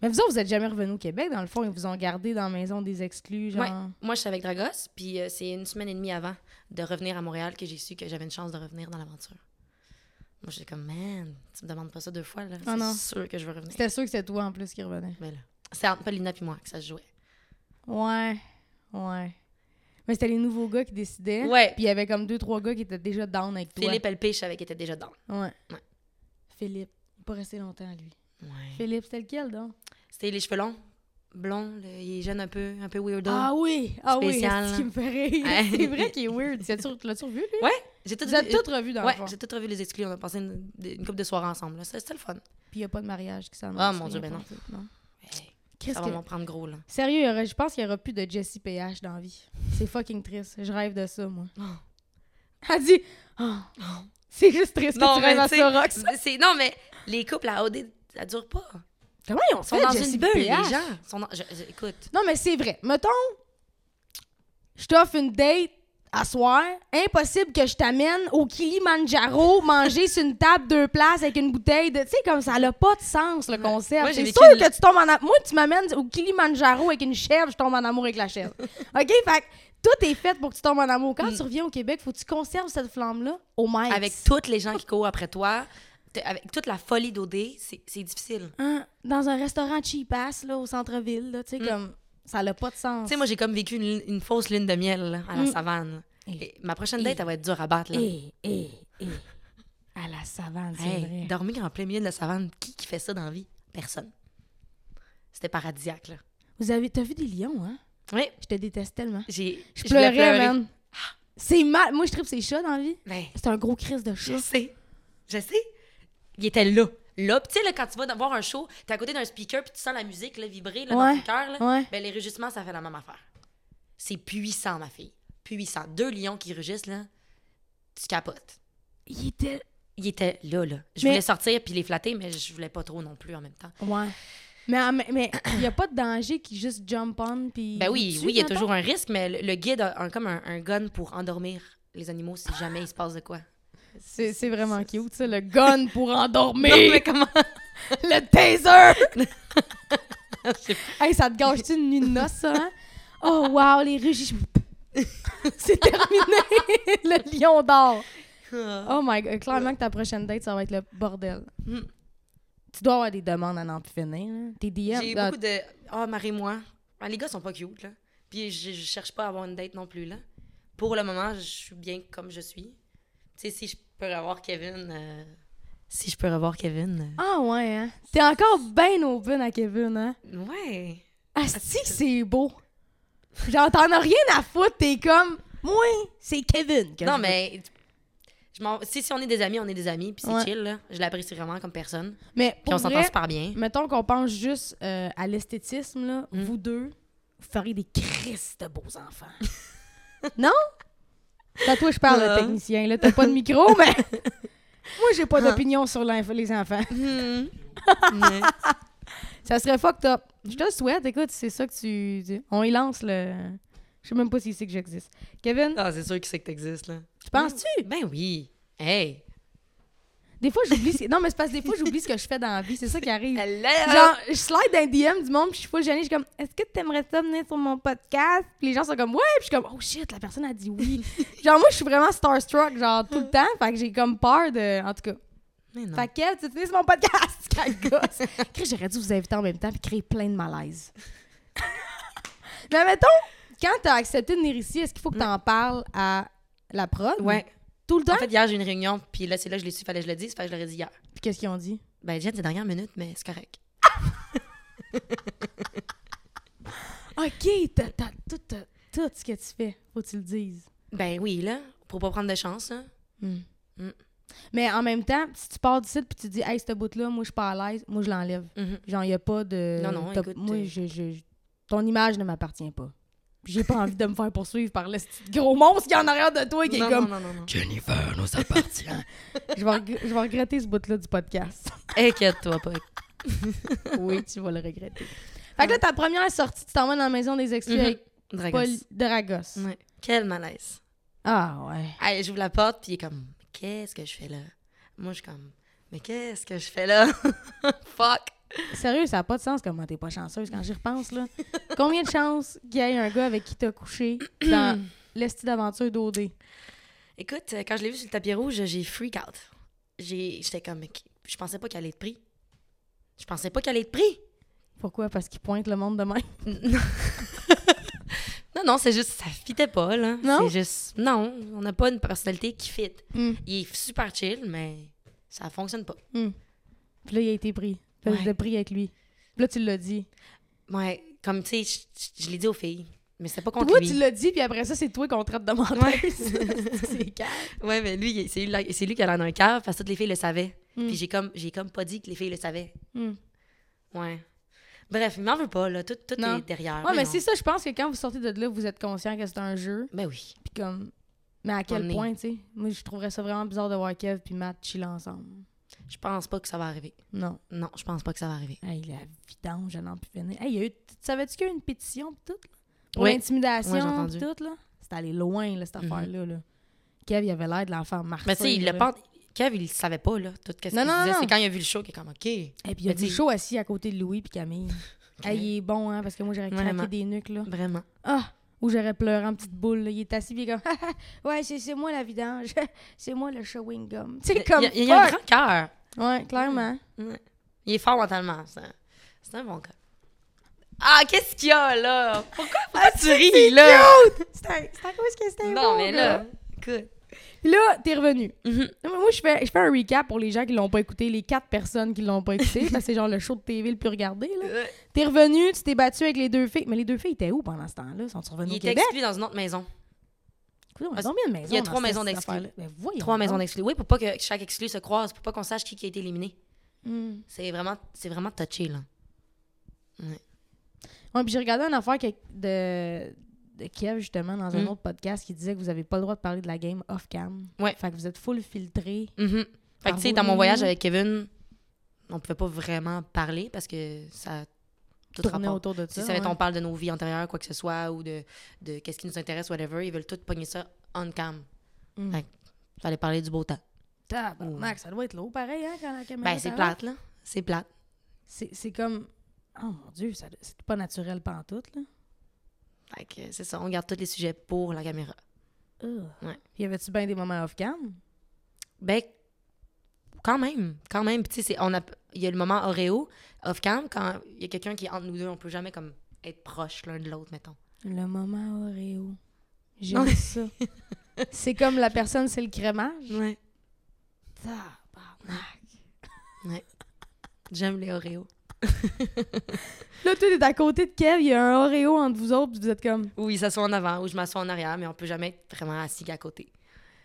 Speaker 2: Mais vous autres, vous êtes jamais revenus au Québec, dans le fond. Ils vous ont gardé dans la maison des exclus, genre.
Speaker 3: Ouais. Moi, je suis avec Dragos, puis euh, c'est une semaine et demie avant de revenir à Montréal que j'ai su que j'avais une chance de revenir dans l'aventure. Moi, j'étais comme, man, tu me demandes pas ça deux fois, là.
Speaker 2: Ah
Speaker 3: c'est
Speaker 2: non.
Speaker 3: sûr que je veux revenir.
Speaker 2: C'était sûr que c'est toi, en plus, qui revenait.
Speaker 3: Mais là, c'est entre Paulina puis moi que ça se jouait.
Speaker 2: Ouais, ouais. Mais c'était les nouveaux gars qui décidaient.
Speaker 3: Ouais.
Speaker 2: Puis il y avait comme deux, trois gars qui étaient déjà down avec toi.
Speaker 3: Philippe Elpé, je savais qu'il était déjà dedans.
Speaker 2: Ouais.
Speaker 3: Ouais.
Speaker 2: Philippe. Il n'est pas resté longtemps, lui.
Speaker 3: Ouais.
Speaker 2: Philippe, c'était lequel, donc?
Speaker 3: C'était les cheveux longs, blonds, là, il est jeune un peu, un peu weirdo.
Speaker 2: Ah oui! Ah
Speaker 3: Spécial,
Speaker 2: oui!
Speaker 3: là.
Speaker 2: C'est ce qui me fait rire.
Speaker 3: Ouais.
Speaker 2: C'est vrai qu'il est weird. Tu l'as-tu- L'as-tu revu, lui?
Speaker 3: Ouais, j'ai tout
Speaker 2: Vous avez tout revu dans
Speaker 3: Ouais,
Speaker 2: le fond.
Speaker 3: j'ai tout revu les exclus. On a passé une, une couple de soirées ensemble. là. C'était c'était le fun.
Speaker 2: Puis il n'y a pas de mariage qui s'en
Speaker 3: Ah, mon Dieu, ben non. Hey,
Speaker 2: Qu'est-ce
Speaker 3: ça va
Speaker 2: que...
Speaker 3: m'en prendre gros, là.
Speaker 2: Sérieux, il y aurait- je pense qu'il n'y aura plus de Jessie PH dans la vie. C'est fucking triste. Je rêve de ça, moi.
Speaker 3: Ah.
Speaker 2: Elle dit... Oh. C'est juste triste que tu rêves à
Speaker 3: tu sais,
Speaker 2: Sorox.
Speaker 3: c'est- non, mais les couples à OD, ça dure pas.
Speaker 2: Comment ils ont
Speaker 3: Ils sont
Speaker 2: fait,
Speaker 3: dans
Speaker 2: Jessie
Speaker 3: une bulle,
Speaker 2: PH?
Speaker 3: les gens. Ils sont dans- je- je- écoute,
Speaker 2: Non, mais c'est vrai. Mettons, je t'offre une date à soir. Impossible que je t'amène au
Speaker 3: [laughs]
Speaker 2: Kilimanjaro manger sur une table deux places avec une bouteille de. Tu sais, comme ça n'a pas de sens, le concept.
Speaker 3: Moi, j'ai
Speaker 2: c'est
Speaker 3: vécu
Speaker 2: sûr
Speaker 3: une-
Speaker 2: que tu tombes en amour. Moi, tu m'amènes au Kilimanjaro avec une chèvre, je tombe en amour avec la
Speaker 3: [laughs]
Speaker 2: chèvre. OK? Fait que tout est fait pour que tu tombes en amour. Quand tu reviens au Québec, faut que tu conserves cette flamme-là au maïs.
Speaker 3: Mm. avec toutes les gens qui courent après toi, t- avec toute la folie d'OD, c'est c'est difficile.
Speaker 2: Hein, Dans un restaurant cheap ass, là, au centre-ville, là, tu sais, comme. Ça n'a pas de sens.
Speaker 3: Mm. Tu sais, moi, j'ai comme vécu une, une fausse lune de miel là, à
Speaker 2: Mm.
Speaker 3: la savane.
Speaker 2: Eh.
Speaker 3: Et ma prochaine date, elle va être dure à battre. Là.
Speaker 2: Eh, eh, eh. À la savane, hein, c'est
Speaker 3: Hein? Hey,
Speaker 2: vrai.
Speaker 3: dormir en plein milieu de la savane, qui, qui fait ça dans la vie? Personne. C'était paradisiaque, là.
Speaker 2: Vous avez, t'as vu des lions, hein?
Speaker 3: Oui,
Speaker 2: Je te déteste tellement.
Speaker 3: j'ai
Speaker 2: Je,
Speaker 3: je voulais
Speaker 2: pleurais,
Speaker 3: pleurer.
Speaker 2: man. C'est mal. Moi, je tripe ces chats dans la vie.
Speaker 3: Mais
Speaker 2: C'est un gros crise de chat.
Speaker 3: Ben, je sais, je sais. Il était là. Là, Puis tu sais, là, quand tu vas voir un show, t'es à côté d'un speaker, puis tu sens la musique là, vibrer là, dans
Speaker 2: Ouais,
Speaker 3: ton cœur, là,
Speaker 2: ouais.
Speaker 3: ben, les rugissements, ça fait la même affaire. C'est puissant, ma fille. Puissant. Deux lions qui rugissent, là, tu capotes.
Speaker 2: Il était.
Speaker 3: Il était là, là. Je
Speaker 2: Mais-
Speaker 3: voulais sortir puis les flatter, mais je voulais pas trop non plus en même temps.
Speaker 2: Ouais. Mais en- mais- mais il n'y a pas de danger qui juste jump on puis.
Speaker 3: Ben oui,
Speaker 2: vous tue,
Speaker 3: oui, il y a
Speaker 2: mettons?
Speaker 3: toujours un risque, mais le, le guide a un- comme un, un gun pour endormir les animaux si jamais il se passe de quoi.
Speaker 2: C'est, c'est vraiment cute, ça. Le gun pour endormir.
Speaker 3: Non, [laughs] mais comment?
Speaker 2: Le taser!
Speaker 3: sais
Speaker 2: [laughs] hey, ça te gâche-tu une nuit de noces, ça?
Speaker 3: [laughs]
Speaker 2: hein? Oh, wow, les rugis. [laughs] C'est terminé! [laughs] le lion d'or!
Speaker 3: Ah.
Speaker 2: Oh my god, clairement que ta prochaine date, ça va être le bordel.
Speaker 3: Mm.
Speaker 2: Tu dois avoir des demandes à n'en plus finir. là. Tes DM.
Speaker 3: J'ai eu
Speaker 2: ah,
Speaker 3: beaucoup de Ah, marie-moi. Ah, les gars sont pas cute, là. Puis je, je cherche pas à avoir une date non plus, là. Pour le moment, je suis bien comme je suis. Tu sais, si je peux revoir Kevin. euh, Si je peux revoir Kevin.
Speaker 2: Ah ouais, hein? T'es encore bien open à Kevin, hein?
Speaker 3: euh, Ouais.
Speaker 2: Asti, que c'est beau! Genre, t'en as rien à foutre, t'es comme. Moi, c'est Kevin. que
Speaker 3: non,
Speaker 2: je
Speaker 3: mais. Je m'en- si, si on est des amis, on est des amis, puis c'est
Speaker 2: Ouais.
Speaker 3: chill, là. Je l'apprécie vraiment comme personne.
Speaker 2: veux. Mais
Speaker 3: Puis
Speaker 2: pour
Speaker 3: on s'entend
Speaker 2: vrai, [laughs]
Speaker 3: super bien.
Speaker 2: mettons qu'on pense juste euh, à l'esthétisme, là.
Speaker 3: Mm.
Speaker 2: Vous deux, vous feriez des crises de beaux enfants. non? Là, toi, je parle, le
Speaker 3: Ah.
Speaker 2: technicien. Là, t'as pas de micro, mais. Moi, j'ai pas d'opinion sur l'inf- les enfants.
Speaker 3: Mhm. [laughs] Ouais.
Speaker 2: Ça serait fucked up. Je te le souhaite, écoute, c'est ça que tu dis. On y lance le. Je sais même pas si c'est que j'existe. Kevin,
Speaker 3: Ah, c'est sûr qu'il sait que t'existes, là.
Speaker 2: tu penses-tu?
Speaker 3: Ben oui. Hey.
Speaker 2: Des fois, j'oublie. ce- Non, mais c'est parce que des fois, j'oublie ce que je fais dans la vie. C'est ça qui arrive.
Speaker 3: Hello.
Speaker 2: Genre, je slide dans les DM du monde, puis je suis full gênée. Je suis comme, est-ce que t'aimerais ça venir sur mon podcast? Puis les gens sont comme, ouais. Puis je suis comme, oh shit, la personne a dit [laughs] oui. genre, moi, je suis vraiment starstruck, genre, tout le temps. Fait que j'ai comme peur de. En tout cas.
Speaker 3: Mais non.
Speaker 2: Fait que, Kev, tu utilises mon podcast, [laughs] cagos. Chris, j'aurais dû vous inviter en même temps puis créer plein de malaise. [laughs] Mais mettons, quand t'as accepté de venir ici, est-ce qu'il faut que t'en parles à la prod?
Speaker 3: Ouais.
Speaker 2: Tout le temps?
Speaker 3: En fait, hier, j'ai eu une réunion, puis là, c'est là que je l'ai su, fallait que je le dise, fait que je l'aurais dit hier.
Speaker 2: Ah, Puis qu'est-ce qu'ils ont dit?
Speaker 3: Ben, j'ai des dernières minutes, mais c'est correct.
Speaker 2: OK, t'as t'as tout, t'as tout ce que tu fais, faut que tu le dises.
Speaker 3: Ben oui, là, pour pas prendre de chance, hein. là.
Speaker 2: Hmm.
Speaker 3: Mm.
Speaker 2: Mais en même temps, si tu pars du site puis tu dis, hey, ce bout-là, moi, je suis pas à l'aise, moi, je l'enlève.
Speaker 3: Mhm.
Speaker 2: Genre, il a pas de.
Speaker 3: Non, non,
Speaker 2: t'as-
Speaker 3: écoute,
Speaker 2: Moi,
Speaker 3: euh,
Speaker 2: je, je- je- ton image ne m'appartient pas. Puis J'ai pas envie de me faire poursuivre par le petit gros monstre qui est en arrière de toi et qui
Speaker 3: non,
Speaker 2: est comme.
Speaker 3: non, non, non, non.
Speaker 2: Jennifer nous appartient. [laughs] je, vais regr- je vais regretter ce bout-là du
Speaker 3: [laughs]
Speaker 2: podcast.
Speaker 3: Inquiète-toi [laughs] pas.
Speaker 2: oui, tu vas le regretter. Fait que là, ta première sortie, tu t'emmènes dans la maison des exclus
Speaker 3: Mhm.
Speaker 2: avec
Speaker 3: Dragos.
Speaker 2: Paul Dragos.
Speaker 3: Ouais. Quel malaise.
Speaker 2: Ah ouais.
Speaker 3: Allez, j'ouvre la porte, puis il est comme, qu'est-ce que je fais là? Moi, je suis comme, Mais qu'est-ce que je fais là? [laughs] Fuck!
Speaker 2: Sérieux, ça n'a pas de sens comment t'es pas chanceuse quand j'y repense,
Speaker 3: [laughs]
Speaker 2: là. Combien de chances qu'il y ait un gars avec qui t'as couché
Speaker 3: [clears throat]
Speaker 2: dans l'esti d'aventure d'OD?
Speaker 3: Écoute, euh, quand je l'ai vu sur le tapis rouge, j'ai freak out. J'ai- J'étais comme, mais qui- je pensais pas qu'elle allait être pris. Je pensais pas qu'elle allait être pris.
Speaker 2: Pourquoi? Parce qu'il pointe le monde de
Speaker 3: [laughs]
Speaker 2: même.
Speaker 3: Non, non, c'est juste, ça fitait pas, là.
Speaker 2: Non?
Speaker 3: C'est juste, non, on n'a pas une personnalité qui fit. Il est super chill, mais ça fonctionne pas.
Speaker 2: Puis là, il a été pris. Puis là,
Speaker 3: mm. Ouais.
Speaker 2: je l'ai pris avec lui. Puis là, tu l'as dit.
Speaker 3: Ouais, comme, tu sais, je- je je l'ai dit aux filles, mais c'est pas contre
Speaker 2: Toi,
Speaker 3: lui.
Speaker 2: tu l'as dit, puis après ça, c'est toi qu'on traite de menteuse. [laughs]
Speaker 3: [laughs]
Speaker 2: c'est calme.
Speaker 3: Ouais, mais lui, il- c'est lui, la- c'est lui qui a l'air d'un cœur parce que toutes les filles le savaient.
Speaker 2: Mm.
Speaker 3: Puis j'ai comme, j'ai comme pas dit que les filles le savaient.
Speaker 2: Mm.
Speaker 3: Ouais. Bref, il m'en veut pas, là. Tout, tout
Speaker 2: Non.
Speaker 3: est derrière.
Speaker 2: Ouais, mais
Speaker 3: Ah, non.
Speaker 2: c'est ça, je pense que quand vous sortez de là, vous êtes conscient que c'est un jeu.
Speaker 3: Ben oui.
Speaker 2: Puis comme. Mais à quel
Speaker 3: On est-
Speaker 2: point, tu sais? Moi, je trouverais ça vraiment bizarre de voir Kev puis Matt chiller ensemble.
Speaker 3: Je pense pas que ça va arriver.
Speaker 2: Non.
Speaker 3: Non, je pense pas que ça va arriver.
Speaker 2: Hey, la vidange, je n'en plus finir. Hey, il y a eu. Tu savais-tu qu'il y a eu une pétition pis tout? là? Pour
Speaker 3: Oui. Ouais, j'ai
Speaker 2: l'intimidation
Speaker 3: entendu.
Speaker 2: pis tout, là? C'est allé loin, là, cette
Speaker 3: Mhm.
Speaker 2: affaire-là. Là. Kev, il avait l'air de l'enfant marqué.
Speaker 3: Mais tu sais, il le pense. Kev, il le savait pas, là. Tout ce qu'il
Speaker 2: Non, non,
Speaker 3: disait.
Speaker 2: non.
Speaker 3: C'est quand il a vu le show qu'il est comme, OK.
Speaker 2: Et puis il y a
Speaker 3: Mais
Speaker 2: du
Speaker 3: tu-
Speaker 2: chaud assis à côté de Louis puis
Speaker 3: [laughs]
Speaker 2: Camille. Hey, il est bon, hein, parce que moi, j'aurais craqué
Speaker 3: Vraiment.
Speaker 2: des nuques, là.
Speaker 3: Vraiment.
Speaker 2: Ah! Ou j'aurais pleuré en petite boule, là. Il est assis, puis il est comme, [laughs] Ah, ah, ouais, c'est c'est moi la vidange. [laughs] c'est moi le chewing gum. Tu sais, comme,
Speaker 3: Il, a- il a un
Speaker 2: fuck!
Speaker 3: grand cœur.
Speaker 2: Ouais, clairement.
Speaker 3: Ouais. Il est fort mentalement. C'est un, c'est un bon gars. Ah, qu'est-ce qu'il y a, là? Pourquoi, pourquoi tu ris, là?
Speaker 2: Ah, Cute! C'est à c'est à cause que c'était
Speaker 3: Non,
Speaker 2: beau,
Speaker 3: mais là, écoute.
Speaker 2: Là, t'es revenu.
Speaker 3: Mhm.
Speaker 2: Non, mais Moi, je fais, je fais un recap pour les gens qui l'ont pas écouté, les quatre personnes qui l'ont pas écouté. parce que c'est genre le show de TV le plus regardé. Là.
Speaker 3: Euh,
Speaker 2: T'es revenu, tu t'es battu avec les deux filles. Mais les deux filles étaient où pendant ce temps-là? Sont-ils revenus
Speaker 3: Il
Speaker 2: au
Speaker 3: était
Speaker 2: Québec?
Speaker 3: exclu dans une autre maison.
Speaker 2: Coudonc, ils ont combien de maisons?
Speaker 3: Il y a
Speaker 2: dans
Speaker 3: trois
Speaker 2: cette-
Speaker 3: maisons
Speaker 2: cette
Speaker 3: d'exclus.
Speaker 2: affaire-là? Mais voyons
Speaker 3: Trois
Speaker 2: donc.
Speaker 3: maisons d'exclus. Oui, pour pas que chaque exclu se croise, pour pas qu'on sache qui, qui a été éliminé.
Speaker 2: Hmm.
Speaker 3: C'est vraiment, c'est vraiment touché, là.
Speaker 2: Ouais, puis j'ai regardé une affaire que- de, de Kiev, justement, dans un
Speaker 3: Mm.
Speaker 2: autre podcast qui disait que vous avez pas le droit de parler de la game off-cam.
Speaker 3: Ouais.
Speaker 2: Fait que vous êtes full filtré.
Speaker 3: Mhm.
Speaker 2: Ah
Speaker 3: Fait que, tu sais, dans mon voyage avec Kevin, on pouvait pas vraiment parler parce que ça a tout
Speaker 2: Tourné
Speaker 3: rapport.
Speaker 2: autour de
Speaker 3: Si
Speaker 2: ça.
Speaker 3: ça
Speaker 2: ouais.
Speaker 3: on parle de nos vies antérieures, quoi que ce soit, ou de, de qu'est-ce qui nous intéresse, whatever, ils veulent tout pogner ça on cam.
Speaker 2: Mm.
Speaker 3: Fait que fallait parler du beau temps.
Speaker 2: Tabarnak, ça doit être lourd pareil, hein, quand la caméra.
Speaker 3: Ben, c'est
Speaker 2: t'arrive.
Speaker 3: plate, là. C'est plate.
Speaker 2: C'est c'est comme. Oh mon Dieu, ça- c'est pas naturel pantoute, là.
Speaker 3: Fait que c'est ça, on garde tous les sujets pour la caméra.
Speaker 2: Ugh.
Speaker 3: Ouais.
Speaker 2: Y avait-tu bien des moments off-cam?
Speaker 3: Ben, quand même, quand même. Puis, tu sais, c'est- on a- il y a le moment Oreo, off-cam, quand il y a quelqu'un qui est entre nous deux, on peut jamais comme être proche l'un de l'autre, mettons.
Speaker 2: Le moment Oreo. J'aime ça. [laughs] C'est comme la personne, c'est le crémage.
Speaker 3: Ouais.
Speaker 2: Ah. Tabarnak.
Speaker 3: J'aime les Oreos.
Speaker 2: Là, tout est à côté de Kev, il y a un Oreo entre vous autres, puis vous êtes comme.
Speaker 3: Ou il s'assoit en avant, ou je m'assois en arrière, mais on peut jamais être vraiment assis à côté.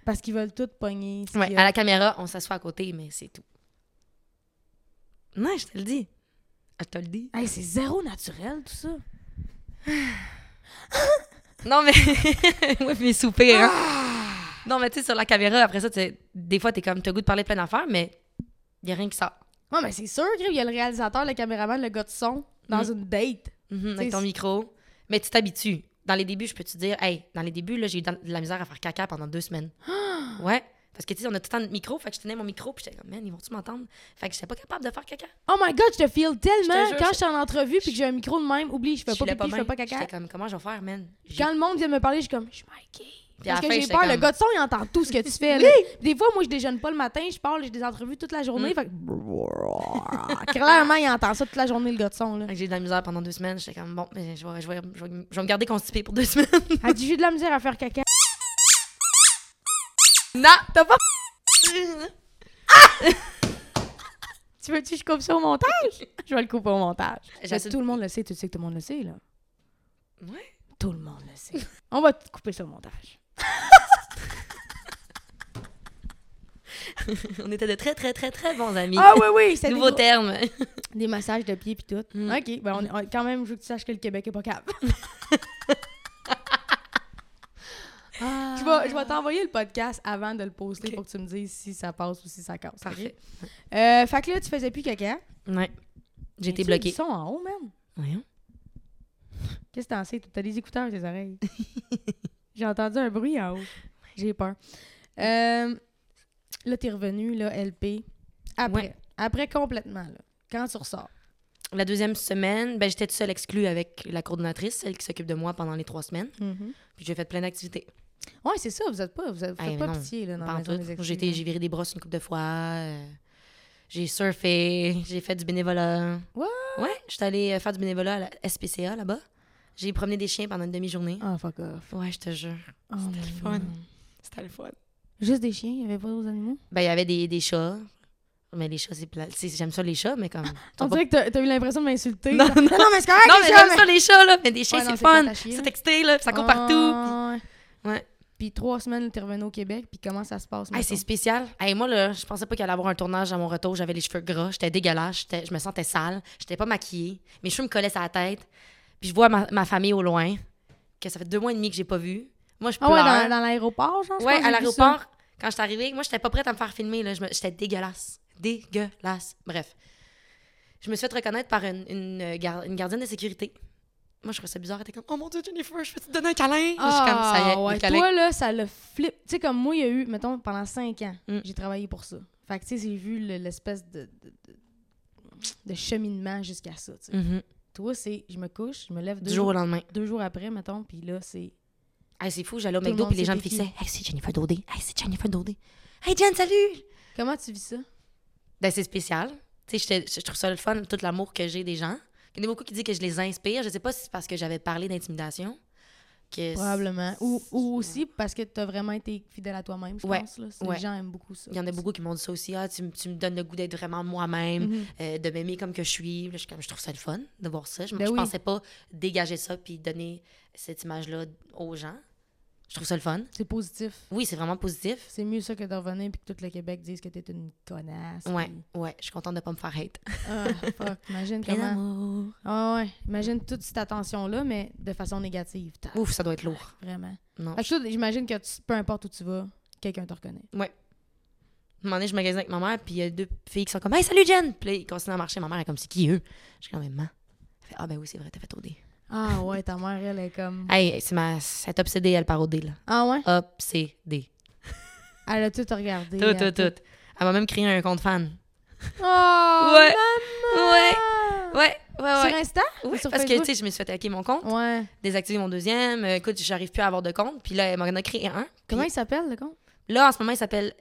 Speaker 2: Parce qu'ils veulent tout pogner. ce qu'il y
Speaker 3: À
Speaker 2: a.
Speaker 3: la caméra, on s'assoit à côté, mais c'est tout. Non, je te le dis. Ah, Je te le dis.
Speaker 2: Hey, c'est zéro naturel, tout ça.
Speaker 3: Non, mais. [laughs] Moi, mes soupirs. hein.
Speaker 2: Ah!
Speaker 3: Non, mais tu sais, sur la caméra, après ça, tu sais, des fois, t'es comme, t'as le goût de parler plein d'affaires, mais il a rien qui sort.
Speaker 2: Non, mais c'est sûr, Kev, il y a le réalisateur, le caméraman, le gars de son, dans une date.
Speaker 3: Mhm,
Speaker 2: T'sais,
Speaker 3: avec ton
Speaker 2: c'est-
Speaker 3: micro. Mais tu t'habitues. Dans les débuts, je peux te dire, hey, dans les débuts, là, j'ai eu de la misère à faire caca pendant
Speaker 2: [gasps]
Speaker 3: deux semaines. ouais. Parce que, tu sais, on a tout le temps notre micro. Fait que je tenais mon micro, puis j'étais comme, man, ils vont-tu m'entendre? Fait que j'étais pas capable de faire caca.
Speaker 2: Oh my god, je te feel tellement
Speaker 3: Je te jure,
Speaker 2: quand je
Speaker 3: je-
Speaker 2: suis en entrevue puis que j'ai un micro de même, oublie, je fais pas
Speaker 3: filais
Speaker 2: pipi, je fais
Speaker 3: bien.
Speaker 2: pas caca.
Speaker 3: J'étais comme, comment je vais faire, man? J'ai-
Speaker 2: Quand le monde vient de me parler, je suis comme je suis Mikey.
Speaker 3: Puis à
Speaker 2: Parce
Speaker 3: la
Speaker 2: que
Speaker 3: fin,
Speaker 2: j'ai
Speaker 3: j'étais
Speaker 2: peur, le
Speaker 3: comme-
Speaker 2: gars de son, il entend tout ce que tu fais. là. Des fois, moi, je déjeune pas le matin, je parle, j'ai des entrevues toute la journée. fait que- [laughs] Clairement, il entend ça toute la journée, le gars de son. Là.
Speaker 3: Fait que j'ai eu de la misère pendant deux semaines. J'étais comme, bon, ben, je vais, je, vais, je, vais, je vais me garder constipée pour deux [laughs] semaines.
Speaker 2: Elle dit, j'ai de la misère à faire caca.
Speaker 3: non, t'as pas.
Speaker 2: Tu veux-tu que je coupe ça au
Speaker 3: [laughs]
Speaker 2: montage? je vais le couper au montage. Mais
Speaker 3: J'assume-
Speaker 2: tout le monde le sait, tu sais que tout le monde le sait, là.
Speaker 3: Ouais.
Speaker 2: Tout le monde le sait. On va te couper ça au montage.
Speaker 3: On était de très, très, très, très bons amis.
Speaker 2: Ah oui, oui,
Speaker 3: [laughs]
Speaker 2: c'est
Speaker 3: Nouveau
Speaker 2: des,
Speaker 3: terme.
Speaker 2: des massages de pieds puis tout.
Speaker 3: Mm.
Speaker 2: OK, ben on, on- quand même, je veux que tu saches que le Québec est pas
Speaker 3: [laughs]
Speaker 2: capable. Je vais, je vais t'envoyer le podcast avant de le poster
Speaker 3: Ah. Ok.
Speaker 2: pour que tu me dises si ça passe ou si ça casse. ok?
Speaker 3: Parfait.
Speaker 2: Euh, fait que là, tu faisais plus caca.
Speaker 3: Ouais. J'ai
Speaker 2: Tu-
Speaker 3: été
Speaker 2: Ils
Speaker 3: bloquée.
Speaker 2: sont en haut, même.
Speaker 3: Voyons.
Speaker 2: Qu'est-ce que t'en sais? T'as des écouteurs à tes
Speaker 3: [laughs]
Speaker 2: oreilles. J'ai entendu un bruit en haut. J'ai peur. Euh, là, t'es revenu, là, LP. Après.
Speaker 3: Ouais.
Speaker 2: Après complètement, là. Quand tu ressors.
Speaker 3: La deuxième semaine, ben, j'étais toute seule exclue avec la coordonnatrice, celle qui s'occupe de moi pendant les trois semaines. Puis j'ai fait plein d'activités.
Speaker 2: Ouais, c'est ça, vous êtes pas, vous êtes, vous
Speaker 3: Hey,
Speaker 2: faites pas
Speaker 3: mais non,
Speaker 2: pitié, là, dans
Speaker 3: Pas
Speaker 2: la
Speaker 3: en
Speaker 2: maison
Speaker 3: tout.
Speaker 2: des exclus,
Speaker 3: J'ai été-
Speaker 2: là.
Speaker 3: j'ai viré des brosses une couple de fois. euh, j'ai surfé. J'ai fait du bénévolat.
Speaker 2: What?
Speaker 3: Ouais, je suis allée euh, faire du bénévolat à la SPCA là-bas. J'ai promené des chiens pendant une demi-journée.
Speaker 2: Ah, fuck off.
Speaker 3: Ouais, je te jure.
Speaker 2: Oh,
Speaker 3: C'était
Speaker 2: mon
Speaker 3: le fun.
Speaker 2: Dieu.
Speaker 3: C'était le fun.
Speaker 2: Juste des chiens, il y avait pas d'autres animaux?
Speaker 3: Ben, il y avait des, des chats. Mais les chats, c'est plat. C'est- J'aime ça, les chats, mais comme.
Speaker 2: On
Speaker 3: sont pas-
Speaker 2: dirait que t'as- t'as eu l'impression de m'insulter.
Speaker 3: Non,
Speaker 2: Genre,
Speaker 3: non.
Speaker 2: non, mais c'est correct,
Speaker 3: Non,
Speaker 2: les
Speaker 3: mais
Speaker 2: chiens,
Speaker 3: j'aime ça, les chats, là. Mais des chiens,
Speaker 2: Ouais,
Speaker 3: c'est
Speaker 2: non,
Speaker 3: le
Speaker 2: c'est plate
Speaker 3: fun.
Speaker 2: à chier,
Speaker 3: C'est
Speaker 2: là.
Speaker 3: excité, là. puis Ça court partout.
Speaker 2: Ah,
Speaker 3: Ouais.
Speaker 2: Puis trois semaines, t'es revenu au Québec, puis comment ça se passe?
Speaker 3: Hey, c'est
Speaker 2: mettons?
Speaker 3: spécial. Hey, moi, là, je pensais pas qu'il allait avoir un tournage à mon retour. J'avais les cheveux gras. J'étais dégueulasse. j'étais- je me sentais sale. J'étais pas maquillée. Mes cheveux me collaient sur la tête. Puis je vois ma, ma famille au loin, que ça fait deux mois et demi que j'ai pas vu. Moi, je
Speaker 2: Ah
Speaker 3: pleure.
Speaker 2: ouais, dans, dans l'aéroport, genre? je
Speaker 3: ouais,
Speaker 2: pense que
Speaker 3: à
Speaker 2: j'ai vu
Speaker 3: l'aéroport, quand je suis arrivée, moi, j'étais pas prête à me faire filmer. Là. Je me- J'étais dégueulasse. Dégueulasse. Bref. Je me suis fait reconnaître par une, une, euh, gar- une gardienne de sécurité. Moi, je trouvais ça bizarre. Elle était comme, oh mon Dieu, Jennifer, je peux te donner un câlin?
Speaker 2: ça.
Speaker 3: je suis comme, ça y est,
Speaker 2: Ah,
Speaker 3: le
Speaker 2: ouais.
Speaker 3: câlin.
Speaker 2: Toi, là, ça le flip. Tu sais, comme moi, il y a eu, mettons, pendant cinq ans,
Speaker 3: Mm.
Speaker 2: j'ai travaillé pour ça. Fait que, tu sais, j'ai vu le- l'espèce de, de, de- de cheminement jusqu'à ça, tu sais.
Speaker 3: Mhm.
Speaker 2: Toi, c'est, je me couche, je me lève deux,
Speaker 3: Du jour au lendemain.
Speaker 2: deux jours après, mettons, puis là, c'est...
Speaker 3: Ah, c'est fou, j'allais au
Speaker 2: Tout le
Speaker 3: McDo
Speaker 2: monde
Speaker 3: puis les
Speaker 2: sait
Speaker 3: gens me
Speaker 2: t'es
Speaker 3: fixaient. Hey, c'est Jennifer Dodé. Hey, c'est Jennifer Dodé. Hey, Jen, salut!
Speaker 2: Comment tu vis ça?
Speaker 3: Ben, c'est spécial. Tu sais, j'étais- je trouve ça le fun, tout l'amour que j'ai des gens. Il y en a beaucoup qui disent que je les inspire. Je sais pas si c'est parce que j'avais parlé d'intimidation. Que
Speaker 2: Probablement. Ou, ou aussi parce que t'as vraiment été fidèle à toi-même, je
Speaker 3: Ouais,
Speaker 2: pense. Là. C'est-
Speaker 3: ouais.
Speaker 2: Les gens aiment beaucoup ça.
Speaker 3: Il y en a beaucoup qui m'ont dit ça aussi. Ah, tu, m- tu me donnes le goût d'être vraiment moi-même,
Speaker 2: Mhm.
Speaker 3: euh, de m'aimer comme que je suis. Là, je, suis comme, je trouve ça le fun de voir ça. Je, m-
Speaker 2: Ben
Speaker 3: je
Speaker 2: oui.
Speaker 3: pensais pas dégager ça puis donner cette image-là aux gens. Je trouve ça le fun.
Speaker 2: C'est positif.
Speaker 3: Oui, c'est vraiment positif.
Speaker 2: C'est mieux ça que de revenir puis que tout le Québec dise que t'es une connasse.
Speaker 3: Ouais,
Speaker 2: puis-
Speaker 3: ouais. Je suis contente de pas me faire hate.
Speaker 2: Ah,
Speaker 3: [laughs]
Speaker 2: fuck. Imagine
Speaker 3: Plein
Speaker 2: comment.
Speaker 3: d'amour.
Speaker 2: Ah ouais. Imagine toute cette attention-là, mais de façon négative. Ta-
Speaker 3: Ouf, ça doit être lourd.
Speaker 2: Vraiment.
Speaker 3: Non.
Speaker 2: Fait que toi, j'imagine que tu- peu importe où tu vas, quelqu'un te
Speaker 3: [laughs]
Speaker 2: reconnaît.
Speaker 3: un moment donné, je magasinais avec ma mère, puis il y a deux filles qui sont comme Hey, salut Jen! Puis là, ils continuent à marcher. Ma mère est comme C'est qui eux? Je suis comme Maman. Elle fait Ah, ben oui, c'est vrai, t'as fait OD.
Speaker 2: Ah ouais, ta mère, elle est comme.
Speaker 3: Hey, c'est ma. Elle est obsédée, elle, par OD, là.
Speaker 2: Ah ouais?
Speaker 3: Obsédée.
Speaker 2: Elle a tout regardé.
Speaker 3: Tout,
Speaker 2: elle
Speaker 3: tout,
Speaker 2: a
Speaker 3: tout. Elle m'a même créé un compte fan.
Speaker 2: Oh!
Speaker 3: Ouais.
Speaker 2: maman!
Speaker 3: Ouais. Ouais, ouais,
Speaker 2: Sur
Speaker 3: ouais.
Speaker 2: Insta?
Speaker 3: Oui,
Speaker 2: sur
Speaker 3: parce que,
Speaker 2: Facebook?
Speaker 3: tu sais, je me suis fait hacker mon compte,
Speaker 2: Ouais.
Speaker 3: désactiver mon deuxième. Euh, écoute, j'arrive plus à avoir de compte. Puis là, elle m'en a créé un. Puis
Speaker 2: Comment il s'appelle, le compte?
Speaker 3: Là, en ce moment, il s'appelle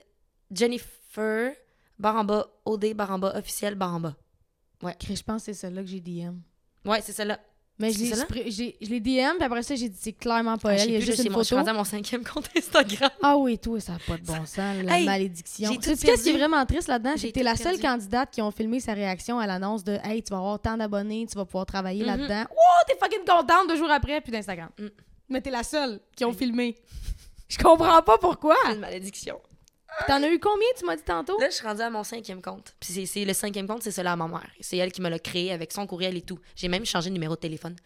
Speaker 3: Jennifer Baramba, OD Baramba, officiel Baramba.
Speaker 2: Chris, Je pense que c'est celle-là que j'ai DM.
Speaker 3: Ouais, c'est celle-là.
Speaker 2: Mais je
Speaker 3: C'est
Speaker 2: l'ai
Speaker 3: celle-là?
Speaker 2: spray- j'ai- je l'ai DM, puis après ça, j'ai dit c'est clairement pas
Speaker 3: Ah,
Speaker 2: elle.
Speaker 3: je sais
Speaker 2: Il y a
Speaker 3: plus, là,
Speaker 2: juste
Speaker 3: c'est
Speaker 2: une
Speaker 3: mon- Je suis
Speaker 2: photo.
Speaker 3: rendue à mon cinquième compte [laughs] Instagram.
Speaker 2: Ah oui, toi, ça n'a pas de bon sens, la
Speaker 3: Hey,
Speaker 2: malédiction.
Speaker 3: j'ai
Speaker 2: Tu
Speaker 3: tout
Speaker 2: sais, qu'est-ce qui est
Speaker 3: perdu.
Speaker 2: vraiment triste là-dedans? C'est
Speaker 3: J'ai
Speaker 2: que t'es
Speaker 3: tout
Speaker 2: la seule
Speaker 3: perdu.
Speaker 2: candidate qui ont filmé sa réaction à l'annonce de Hey, tu vas avoir tant d'abonnés, tu vas pouvoir travailler
Speaker 3: Mhm.
Speaker 2: là-dedans. Oh, t'es fucking contente deux jours après, puis d'Instagram.
Speaker 3: Mm.
Speaker 2: Mais t'es la seule qui ont filmé. Je comprends pas pourquoi.
Speaker 3: C'est une malédiction.
Speaker 2: T'en as eu combien, tu m'as dit tantôt?
Speaker 3: Là, je suis rendue à mon cinquième compte. Puis c'est- c'est le cinquième compte, c'est celui-là à ma mère. C'est elle qui me l'a créé avec son courriel et tout. J'ai même changé de numéro de téléphone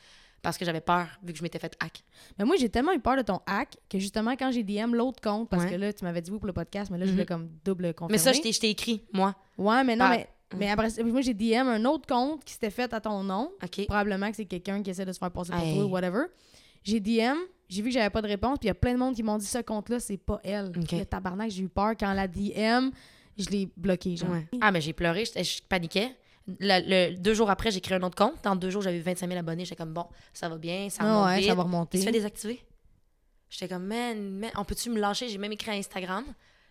Speaker 3: parce que j'avais peur vu que je m'étais fait hack.
Speaker 2: Mais moi, j'ai tellement eu peur de ton hack que justement, quand j'ai DM l'autre compte, parce
Speaker 3: Ouais. Mhm.
Speaker 2: que là, tu m'avais dit oui pour le podcast, mais là, je voulais comme double confirmer.
Speaker 3: Mais ça, je t'ai je t'ai écrit, moi.
Speaker 2: Ouais, mais non,
Speaker 3: Par-
Speaker 2: mais, mais après, ça, moi, j'ai DM un autre compte qui s'était fait à ton nom.
Speaker 3: OK.
Speaker 2: Probablement que c'est quelqu'un qui essaie de se faire passer pour
Speaker 3: Hey.
Speaker 2: toi ou whatever. J'ai DM, j'ai vu que j'avais pas de réponse, puis il y a plein de monde qui m'ont dit ce compte-là, c'est pas elle.
Speaker 3: Ok.
Speaker 2: Le tabarnak, j'ai eu peur quand la DM, je l'ai bloqué. Genre.
Speaker 3: Ouais. Ah, mais j'ai pleuré, j'étais- je paniquais. La- le- deux jours après, j'ai créé un autre compte. Dans deux jours, j'avais eu 25 000 abonnés. J'étais comme, bon, ça va bien, ça
Speaker 2: Ah
Speaker 3: va
Speaker 2: ouais, ça va remonter.
Speaker 3: Il se fait désactiver. J'étais comme, man, man, on peut-tu me lâcher? J'ai même écrit à Instagram.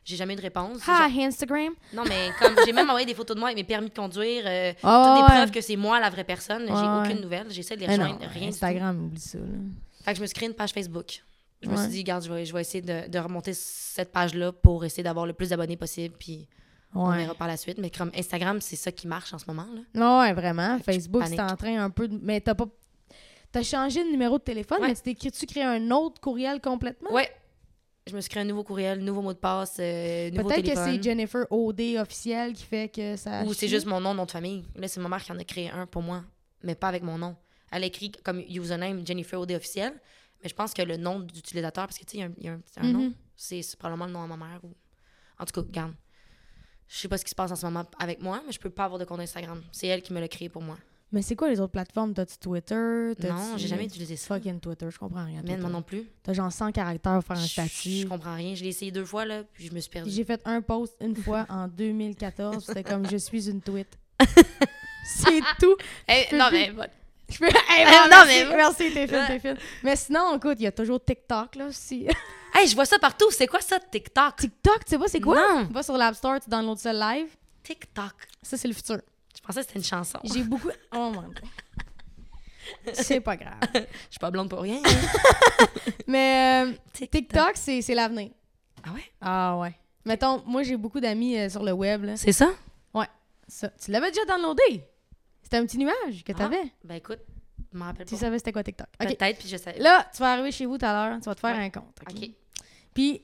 Speaker 3: J'ai jamais eu de réponse. Genre-
Speaker 2: Hi, Instagram.
Speaker 3: non, mais comme j'ai même envoyé des photos de moi avec mes permis de conduire, euh,
Speaker 2: Ah
Speaker 3: toutes des
Speaker 2: ouais.
Speaker 3: preuves que c'est moi la vraie personne. J'ai
Speaker 2: Ouais, ouais.
Speaker 3: aucune nouvelle. J'essaie de les
Speaker 2: Mais
Speaker 3: rejoindre.
Speaker 2: non,
Speaker 3: rien du tout.
Speaker 2: Instagram, oublie ça. là.
Speaker 3: Fait que je me suis créé une page Facebook. Je me
Speaker 2: Ouais.
Speaker 3: suis dit, regarde, je vais, je vais essayer de, de remonter cette page-là pour essayer d'avoir le plus d'abonnés possible. Puis on
Speaker 2: Ouais.
Speaker 3: verra par la suite. Mais comme Instagram, c'est ça qui marche en ce moment. Là.
Speaker 2: Non, ouais, vraiment. Facebook,
Speaker 3: panique.
Speaker 2: c'est en train un peu de. Mais t'as pas. T'as changé de numéro de téléphone,
Speaker 3: Ouais.
Speaker 2: mais tu t'es créé- tu crées un autre courriel complètement?
Speaker 3: Ouais. Je me suis créé un nouveau courriel, nouveau mot de passe, euh, nouveau
Speaker 2: Peut-être que
Speaker 3: téléphone.
Speaker 2: c'est Jennifer OD officielle qui fait que ça.
Speaker 3: Ou c'est
Speaker 2: chie.
Speaker 3: juste mon nom, nom de famille. Là, c'est ma mère qui en a créé un pour moi, mais pas avec mon nom. Elle a écrit comme username Jennifer OD officiel, mais je pense que le nom d'utilisateur, parce que tu sais, il y a un, il y a un petit- un nom,
Speaker 2: Mhm.
Speaker 3: c'est c'est probablement le nom à ma mère. Ou... En tout cas, regarde. Je sais pas ce qui se passe en ce moment avec moi, mais je peux pas avoir de compte Instagram. C'est elle qui me l'a créé pour moi.
Speaker 2: Mais c'est quoi les autres plateformes? T'as-tu Twitter? T'as-tu-
Speaker 3: Non, j'ai jamais utilisé ça.
Speaker 2: Fucking Twitter, je comprends rien. à
Speaker 3: Man,
Speaker 2: Twitter.
Speaker 3: moi non plus.
Speaker 2: T'as genre 100 caractères pour faire un
Speaker 3: Je je
Speaker 2: statut.
Speaker 3: comprends rien. Je l'ai essayé deux fois, là, puis je me suis perdue.
Speaker 2: J'ai fait un post une fois en [laughs] 2014, c'était comme je suis une
Speaker 3: [laughs]
Speaker 2: tweet. c'est tout.
Speaker 3: Eh,
Speaker 2: peux
Speaker 3: non,
Speaker 2: plus.
Speaker 3: mais va-
Speaker 2: Je
Speaker 3: [laughs]
Speaker 2: peux... Hey,
Speaker 3: Euh,
Speaker 2: bon,
Speaker 3: non,
Speaker 2: merci,
Speaker 3: mais-
Speaker 2: merci, t'es fine, t'es fine. Mais sinon, écoute, il y a toujours TikTok là aussi.
Speaker 3: Hey, je vois ça partout. C'est quoi ça, TikTok?
Speaker 2: TikTok, tu sais pas c'est quoi?
Speaker 3: Non.
Speaker 2: Va sur l'App Store, tu downloads ça live.
Speaker 3: TikTok.
Speaker 2: Ça, c'est le futur.
Speaker 3: Je pensais que c'était une chanson.
Speaker 2: J'ai beaucoup. Oh mon dieu. C'est pas grave.
Speaker 3: Je suis pas blonde pour rien. hein.
Speaker 2: Mais euh, TikTok, c'est c'est l'avenir.
Speaker 3: Ah ouais?
Speaker 2: Ah ouais. Mettons, moi, j'ai beaucoup d'amis euh, sur le web. Là.
Speaker 3: C'est ça?
Speaker 2: Ouais. Ça, tu l'avais déjà downloadé? C'était un petit nuage que t'avais.
Speaker 3: Ben écoute, je m'en rappelle
Speaker 2: Tu
Speaker 3: pas.
Speaker 2: savais c'était quoi TikTok. OK.
Speaker 3: Peut-être, puis je sais.
Speaker 2: Là, tu vas arriver chez vous tout à l'heure, tu vas te faire
Speaker 3: Ouais.
Speaker 2: un compte. OK.
Speaker 3: OK.
Speaker 2: Puis,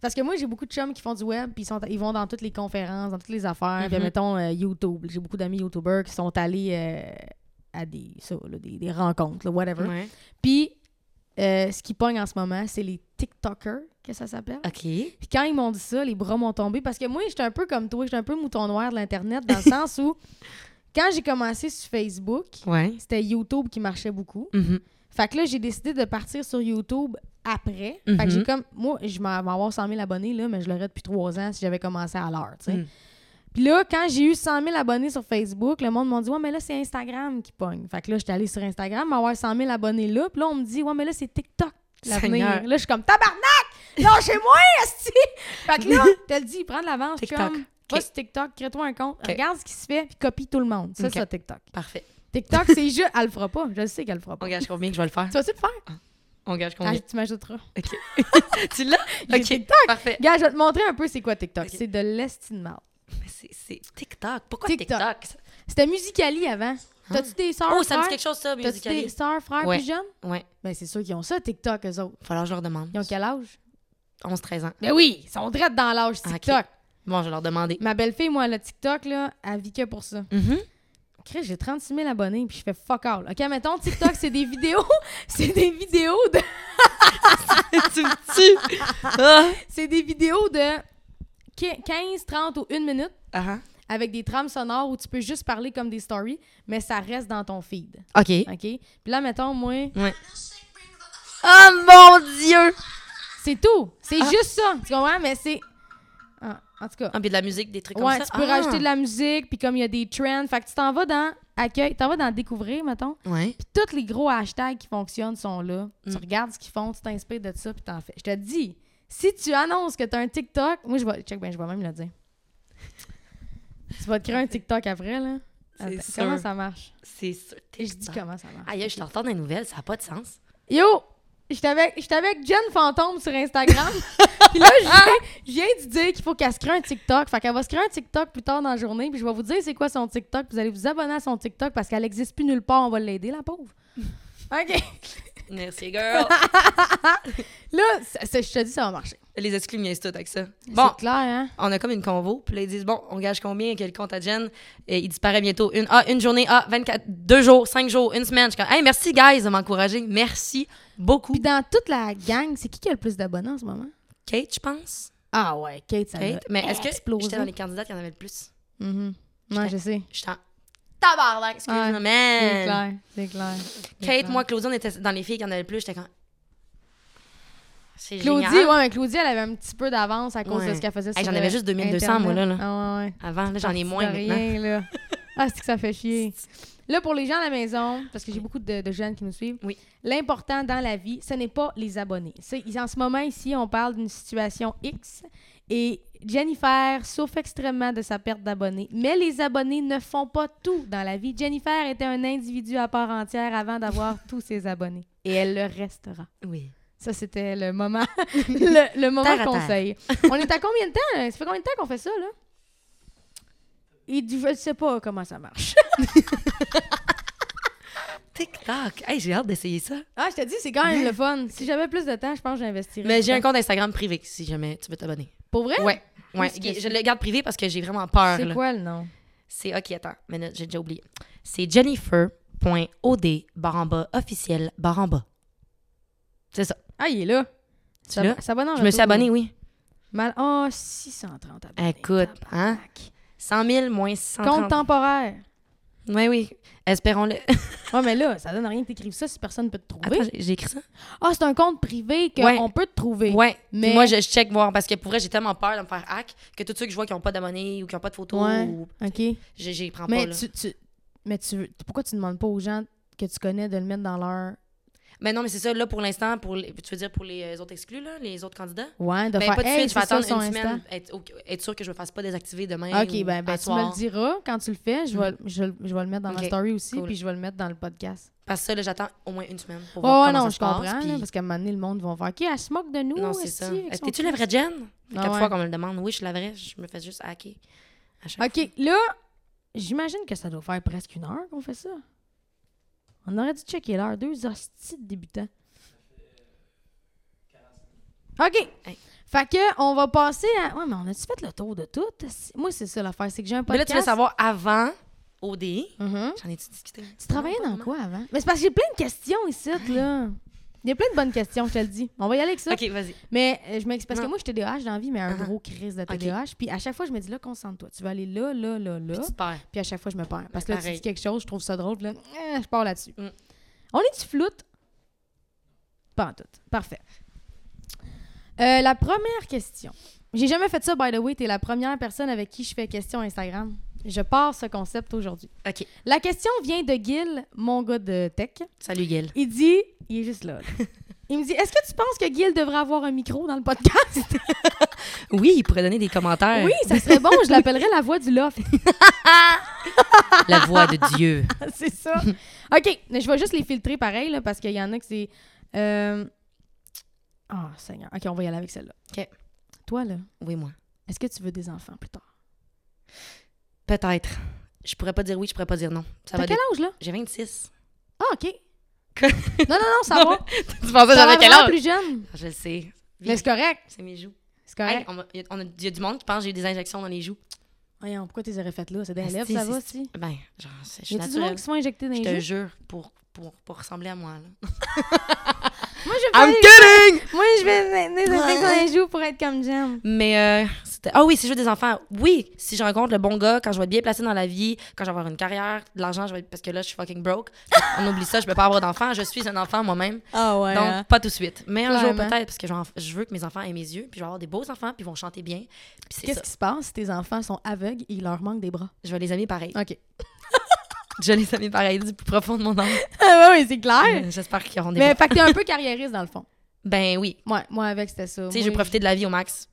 Speaker 2: parce que moi, j'ai beaucoup de chums qui font du web, puis ils, sont, ils vont dans toutes les conférences, dans toutes les affaires. Puis,
Speaker 3: Mhm.
Speaker 2: mettons, euh, YouTube. J'ai beaucoup d'amis YouTubers qui sont allés euh, à des, ça, là, des, des rencontres, là, whatever.
Speaker 3: Ouais.
Speaker 2: Puis, euh, ce qui pogne en ce moment, c'est les TikTokers, que ça s'appelle.
Speaker 3: OK.
Speaker 2: Puis quand ils m'ont dit ça, les bras m'ont tombé parce que moi, j'étais un peu comme toi, j'étais un peu mouton noir de l'Internet
Speaker 3: [laughs]
Speaker 2: dans le sens où quand j'ai commencé sur Facebook,
Speaker 3: Ouais.
Speaker 2: c'était YouTube qui marchait beaucoup.
Speaker 3: Mhm.
Speaker 2: Fait que là, j'ai décidé de partir sur YouTube après. Fait
Speaker 3: Mhm.
Speaker 2: que j'ai comme, moi, je m'en- vais avoir 100 000 abonnés, là, mais je l'aurais depuis trois ans si j'avais commencé à l'heure, tu sais.
Speaker 3: Mm.
Speaker 2: Puis là, quand j'ai eu 100 000 abonnés sur Facebook, le monde m'a dit, ouais, mais là, c'est Instagram qui pogne. Fait que là, j'étais allée sur Instagram, m'avoir 100 000 abonnés là. Puis là, on me dit, ouais, mais là, c'est TikTok. L'avenir.
Speaker 3: Seigneur.
Speaker 2: Là, je suis comme tabarnak! Lâchez-moi, [laughs] esti! Fait
Speaker 3: [laughs]
Speaker 2: que là, t'as dit, prends de l'avance,
Speaker 3: TikTok.
Speaker 2: chum. Va
Speaker 3: Ok.
Speaker 2: sur TikTok, crée-toi un compte,
Speaker 3: Ok.
Speaker 2: regarde ce qui se fait, puis copie tout le monde. Ça,
Speaker 3: Ok.
Speaker 2: c'est TikTok.
Speaker 3: Parfait.
Speaker 2: TikTok, c'est juste. Elle le fera pas. Je le sais qu'elle le fera pas.
Speaker 3: On gage combien que je vais le faire?
Speaker 2: Tu vas-tu le faire?
Speaker 3: On gage
Speaker 2: Ah,
Speaker 3: combien?
Speaker 2: tu m'ajouteras. Ah,
Speaker 3: tu l'as?
Speaker 2: J'ai
Speaker 3: OK.
Speaker 2: TikTok.
Speaker 3: Parfait.
Speaker 2: Gars, je vais te montrer un peu c'est quoi TikTok.
Speaker 3: Ok.
Speaker 2: C'est de l'estime
Speaker 3: Mais Ben, c'est- C'est TikTok. Pourquoi
Speaker 2: TikTok.
Speaker 3: TikTok?
Speaker 2: C'était Musicali avant. T'as-tu des sœurs?
Speaker 3: Hein? Oh, ça me dit
Speaker 2: frères?
Speaker 3: quelque chose, ça,
Speaker 2: T'as-tu des
Speaker 3: Musical.ly.
Speaker 2: sœurs, frères
Speaker 3: Ouais.
Speaker 2: plus jeunes?
Speaker 3: Ouais.
Speaker 2: Ben, c'est sûr qu'ils ont ça, TikTok, eux autres.
Speaker 3: Falloir que je leur demande.
Speaker 2: Ils ont quel âge?
Speaker 3: 11-13 ans.
Speaker 2: Ben oui, ils sont drettes dans l'âge
Speaker 3: Ah, ok.
Speaker 2: TikTok.
Speaker 3: Bon, je vais leur demander.
Speaker 2: Ma belle-fille, moi, le TikTok, là, elle vit que pour ça.
Speaker 3: Mhm.
Speaker 2: Chris, j'ai 36 000 abonnés, puis je fais fuck all. OK, mettons, TikTok, c'est des vidéos... [laughs] c'est des vidéos de...
Speaker 3: [laughs] tu me tues! Ah!
Speaker 2: C'est des vidéos de 15, 30 ou 1 minute.
Speaker 3: Ah,
Speaker 2: avec des trames sonores où tu peux juste parler comme des stories, mais ça reste dans ton feed.
Speaker 3: ah. OK.
Speaker 2: OK? Puis là, mettons, moi,
Speaker 3: Oh mon Dieu!
Speaker 2: c'est tout. C'est juste ça. Tu comprends? Mais c'est. Ah, en tout cas.
Speaker 3: Ah, puis de la musique, des trucs comme
Speaker 2: ouais,
Speaker 3: ça.
Speaker 2: tu
Speaker 3: Ah.
Speaker 2: peux rajouter de la musique, puis comme il y a des trends, fait que tu t'en vas dans accueil, t'en vas dans découvrir, mettons.
Speaker 3: la. Ah, Ouais.
Speaker 2: Puis tous les gros hashtags qui fonctionnent sont là.
Speaker 3: Mm.
Speaker 2: Tu regardes ce qu'ils font, tu t'inspires de ça, puis t'en fais. Je te dis, si tu annonces que t'as un TikTok, moi, je vais. Check, ben, je vais même le dire. tu vas te créer un TikTok après, là.
Speaker 3: C'est
Speaker 2: Attends,
Speaker 3: sûr.
Speaker 2: Comment ça marche?
Speaker 3: C'est sûr.
Speaker 2: Et je dis comment ça marche.
Speaker 3: Aïe, je t'entends des nouvelles, ça n'a pas
Speaker 2: [laughs]
Speaker 3: de sens.
Speaker 2: Yo, j'étais avec, j'étais avec Jen Fantôme sur Instagram. [laughs] puis là, je viens- je viens de dire qu'il faut qu'elle se crée un TikTok. Fait qu'elle va se créer un TikTok plus tard dans la journée. Puis je vais vous dire c'est quoi son TikTok. Vous allez vous abonner à son TikTok parce qu'elle n'existe plus nulle part. On va l'aider, la
Speaker 3: [laughs]
Speaker 2: pauvre. OK.
Speaker 3: Merci, girl.
Speaker 2: [laughs] Là, ça- ça- je te dis, ça va marcher.
Speaker 3: Les exclus miaisent tout avec ça. Bon,
Speaker 2: C'est clair, hein?
Speaker 3: on a comme une convo, puis là, ils disent, bon, on gage combien, quel compte à Jen? Et il disparaît bientôt. Une, ah, une journée, ah, 24, deux jours, cinq jours, une semaine. Je suis comme, hey, merci, guys, de m'encourager. Merci beaucoup.
Speaker 2: Puis dans toute la gang, c'est qui qui a le plus d'abonnés en ce moment?
Speaker 3: Kate, je pense.
Speaker 2: Ah ouais, Kate, ça
Speaker 3: Kate. Mais est-ce que
Speaker 2: explosé.
Speaker 3: j'étais dans les candidats qui en avaient le plus? Mhm.
Speaker 2: Non, je sais.
Speaker 3: J'étais en tabarnak, excuse-moi,
Speaker 2: Ouais, C'est
Speaker 3: man.
Speaker 2: clair, c'est clair. c'est
Speaker 3: Kate,
Speaker 2: clair.
Speaker 3: moi, Claudie, on était dans les filles qui en avaient le plus. J'étais comme, c'est
Speaker 2: Claudie,
Speaker 3: génial.
Speaker 2: ouais, mais Claudie, elle avait un petit peu d'avance à cause de
Speaker 3: Ouais.
Speaker 2: ce qu'elle faisait sur
Speaker 3: Hey, j'en
Speaker 2: euh,
Speaker 3: avais juste 2200, moi, là,
Speaker 2: Internet.
Speaker 3: là.
Speaker 2: Ah ouais, ouais.
Speaker 3: Avant, là, j'en
Speaker 2: Parti
Speaker 3: ai moins
Speaker 2: de
Speaker 3: maintenant.
Speaker 2: rien, là. Ah, c'est que ça fait chier. Là, pour les gens à la maison, parce que j'ai beaucoup de, de jeunes qui nous suivent,
Speaker 3: Oui.
Speaker 2: l'important dans la vie, ce n'est pas les abonnés. C'est- en ce moment, ici, on parle d'une situation X et Jennifer souffre extrêmement de sa perte d'abonnés. Mais les abonnés ne font pas tout dans la vie. Jennifer était un individu à part entière avant d'avoir tous ses abonnés. Et elle le restera.
Speaker 3: Oui.
Speaker 2: Ça, c'était le moment, [laughs]
Speaker 3: [laughs]
Speaker 2: le, le moment
Speaker 3: Terre à
Speaker 2: conseil. On est à combien de temps? là? Ça fait combien de temps qu'on fait ça, là? Et du- je ne sais pas comment ça marche.
Speaker 3: TikTok. Hey, j'ai hâte d'essayer ça.
Speaker 2: Ah, je te dis, c'est quand même le fun. Si j'avais plus de temps, je pense que j'investirais.
Speaker 3: Mais
Speaker 2: du
Speaker 3: j'ai un
Speaker 2: temps.
Speaker 3: compte Instagram privé si jamais tu veux t'abonner.
Speaker 2: Pour vrai?
Speaker 3: Ouais. Ouais,
Speaker 2: Qu'est-ce que
Speaker 3: je le garde privé parce que j'ai vraiment peur.
Speaker 2: C'est
Speaker 3: là.
Speaker 2: quoi le nom?
Speaker 3: C'est OK, attends, minute, j'ai déjà oublié. C'est jennifer.od barre en bas officiel barre en bas. C'est ça.
Speaker 2: Ah, il est là.
Speaker 3: Tu
Speaker 2: Ça,
Speaker 3: l'as?
Speaker 2: ça va dans
Speaker 3: Je
Speaker 2: le
Speaker 3: me suis
Speaker 2: retour.
Speaker 3: abonnée, oui.
Speaker 2: Mal... Oh, 630 abonnés.
Speaker 3: Écoute, hein?
Speaker 2: tabarnak.
Speaker 3: 100 000 moins 130.
Speaker 2: Compte temporaire.
Speaker 3: Oui, [laughs] oui. Espérons-le.
Speaker 2: Ouais, Ah, mais là, ça donne rien que t'écrives ça si personne peut te trouver.
Speaker 3: Attends, j'ai- j'ai écrit ça?
Speaker 2: Ah, c'est un compte privé qu'on
Speaker 3: Ouais.
Speaker 2: peut te trouver.
Speaker 3: Ouais.
Speaker 2: mais-
Speaker 3: Mais... Moi, je, je check voir parce que pour vrai, j'ai tellement peur de me faire hack que tous ceux que je vois qui n'ont pas d'abonnés ou qui n'ont pas de photos,
Speaker 2: Ouais.
Speaker 3: ou...
Speaker 2: OK.
Speaker 3: je je les prends
Speaker 2: Mais
Speaker 3: pas. là.
Speaker 2: tu, tu, mais tu veux- pourquoi tu demandes pas aux gens que tu connais de le mettre dans leur.
Speaker 3: Mais non, mais c'est ça. Là, pour l'instant, pour les- tu veux dire pour les euh, autres exclus, là, les autres candidats?
Speaker 2: Ouais, de
Speaker 3: Ben,
Speaker 2: faire.
Speaker 3: pas de
Speaker 2: Hey,
Speaker 3: suite, je vais
Speaker 2: c'est ça,
Speaker 3: attendre
Speaker 2: son
Speaker 3: une
Speaker 2: Insta.
Speaker 3: semaine, être, au- être sûr que je me fasse pas désactiver demain.
Speaker 2: OK,
Speaker 3: ou
Speaker 2: ben, ben
Speaker 3: à
Speaker 2: tu
Speaker 3: soir.
Speaker 2: me le diras quand tu le fais. Je vais, je, je vais le mettre dans ma
Speaker 3: Ok,
Speaker 2: story aussi,
Speaker 3: cool.
Speaker 2: puis je vais le mettre dans le podcast.
Speaker 3: Parce que ça, là, j'attends au moins une semaine pour
Speaker 2: Ouais,
Speaker 3: voir
Speaker 2: ouais,
Speaker 3: comment
Speaker 2: non,
Speaker 3: ça
Speaker 2: je
Speaker 3: se passe,
Speaker 2: comprends, là,
Speaker 3: puis-
Speaker 2: parce qu'à un moment donné, le monde va faire OK, elle se moque de nous.
Speaker 3: Non, c'est
Speaker 2: esti,
Speaker 3: ça.
Speaker 2: avec
Speaker 3: Est-ce
Speaker 2: son
Speaker 3: que tu la
Speaker 2: Christ.
Speaker 3: vraie Jen?
Speaker 2: Ah
Speaker 3: Quatre
Speaker 2: ouais.
Speaker 3: fois qu'on me le demande. Oui, je suis la vraie. Je me fais juste hacker. À chaque
Speaker 2: OK, là, j'imagine que ça doit faire presque une heure qu'on fait ça. On aurait dû checker l'heure. Deux hosties de débutants. OK.
Speaker 3: Hey.
Speaker 2: Fait que, on va passer à. Ouais, mais on a-tu fait le tour de tout? Moi, c'est ça l'affaire, c'est que j'ai un
Speaker 3: Mais là,
Speaker 2: podcast.
Speaker 3: tu veux savoir avant ODI.
Speaker 2: Mhm.
Speaker 3: J'en ai-tu discuté?
Speaker 2: Tu travaillais dans
Speaker 3: Non, pas vraiment.
Speaker 2: quoi avant? Mais c'est parce que j'ai plein de questions ici, là. Il y a plein de bonnes questions, je te le dis. On va y aller avec ça.
Speaker 3: Ok, vas-y.
Speaker 2: Mais euh, je m'explique parce que
Speaker 3: Non.
Speaker 2: moi, je suis TDAH dans la vie, mais un
Speaker 3: Ah.
Speaker 2: gros crise de TDAH. Puis à chaque fois, je me dis là, concentre-toi. Tu vas aller là, là, là, là.
Speaker 3: Petit père.
Speaker 2: Puis à chaque fois, je me perds. Parce que là, tu
Speaker 3: pareil.
Speaker 2: dis quelque chose, je trouve ça drôle. puis là, euh, je pars là-dessus.
Speaker 3: Mm.
Speaker 2: On est-tu floute? Pas en tout. Parfait. Euh, la première question. J'ai jamais fait ça, by the way. T'es la première personne avec qui je fais question Instagram. Je pars ce concept aujourd'hui.
Speaker 3: Ok.
Speaker 2: La question vient de Gil, mon gars de tech.
Speaker 3: Salut, Gail.
Speaker 2: Il dit, il est juste là.
Speaker 3: [laughs]
Speaker 2: là. Il me dit, est-ce que tu penses que Gil devrait avoir un micro dans le podcast?
Speaker 3: Oui, il pourrait donner des commentaires.
Speaker 2: oui, ça serait bon. Je l'appellerais la voix du loft.
Speaker 3: La voix de Dieu.
Speaker 2: [laughs] c'est ça. OK, mais je vais juste les filtrer pareil, là, parce qu'il y en a que c'est... euh, Oh, Seigneur. OK, on va y aller avec celle-là.
Speaker 3: OK.
Speaker 2: Toi, là,
Speaker 3: [laughs] Oui, moi.
Speaker 2: est-ce que tu veux des enfants plus tard?
Speaker 3: Peut-être. Je pourrais pas dire oui, je pourrais pas dire non. Ça
Speaker 2: T'as
Speaker 3: va
Speaker 2: quel
Speaker 3: dé-
Speaker 2: âge, là?
Speaker 3: J'ai 26.
Speaker 2: Ah, OK.
Speaker 3: Quoi?
Speaker 2: Non, non, non, ça
Speaker 3: Non,
Speaker 2: va.
Speaker 3: Tu pensais que
Speaker 2: Ça va
Speaker 3: j'avais quel
Speaker 2: vraiment
Speaker 3: âge?
Speaker 2: plus jeune.
Speaker 3: Je le sais.
Speaker 2: Mais c'est correct.
Speaker 3: C'est mes joues.
Speaker 2: C'est correct.
Speaker 3: Hey, on m'a- y a- on a- y a du monde qui pense que j'ai eu des injections dans les joues.
Speaker 2: Voyons, pourquoi tu les aurais faites là? C'est des
Speaker 3: Asti,
Speaker 2: lèvres, ça va,
Speaker 3: c'est-
Speaker 2: si?
Speaker 3: Ben, genre, c'est-
Speaker 2: Y
Speaker 3: je suis
Speaker 2: a-tu du monde
Speaker 3: naturelle.
Speaker 2: qui se font injecter dans
Speaker 3: Je
Speaker 2: les
Speaker 3: te
Speaker 2: joues?
Speaker 3: jure, pour, pour, pour ressembler à moi. Là.
Speaker 2: Moi, je vais
Speaker 3: [laughs] I'm kidding!
Speaker 2: Moi, je vais des injecter dans les joues pour être comme j'aime.
Speaker 3: Mais, euh, c'était- ah oui, si je veux des enfants, oui, si je rencontre le bon gars, quand je vais être bien placée dans la vie, quand je vais avoir une carrière, de l'argent, je vais être- parce que là, je suis fucking broke. [laughs] On oublie ça, je peux pas avoir d'enfants, je suis un enfant moi-même.
Speaker 2: Ah ouais.
Speaker 3: Donc, pas tout de suite. Mais un jour,
Speaker 2: Clairement.
Speaker 3: peut-être, parce que j'en- je veux que mes enfants aient mes yeux, puis je vais avoir des beaux enfants, puis ils vont chanter bien. Puis c'est
Speaker 2: Qu'est-ce
Speaker 3: ça.
Speaker 2: qui se passe si tes enfants sont aveugles et il leur manque des bras?
Speaker 3: Je vais les aimer pareil.
Speaker 2: OK.
Speaker 3: Je les aime pareil du plus profond de mon âme.
Speaker 2: [laughs] ah ouais, c'est clair.
Speaker 3: Euh, J'espère qu'ils auront des
Speaker 2: Mais
Speaker 3: bons-
Speaker 2: fait que t'es
Speaker 3: [laughs]
Speaker 2: un peu carriériste dans le fond.
Speaker 3: Ben oui.
Speaker 2: Ouais, moi avec, c'était ça.
Speaker 3: Tu sais,
Speaker 2: Moi,
Speaker 3: je vais profiter de la vie au max.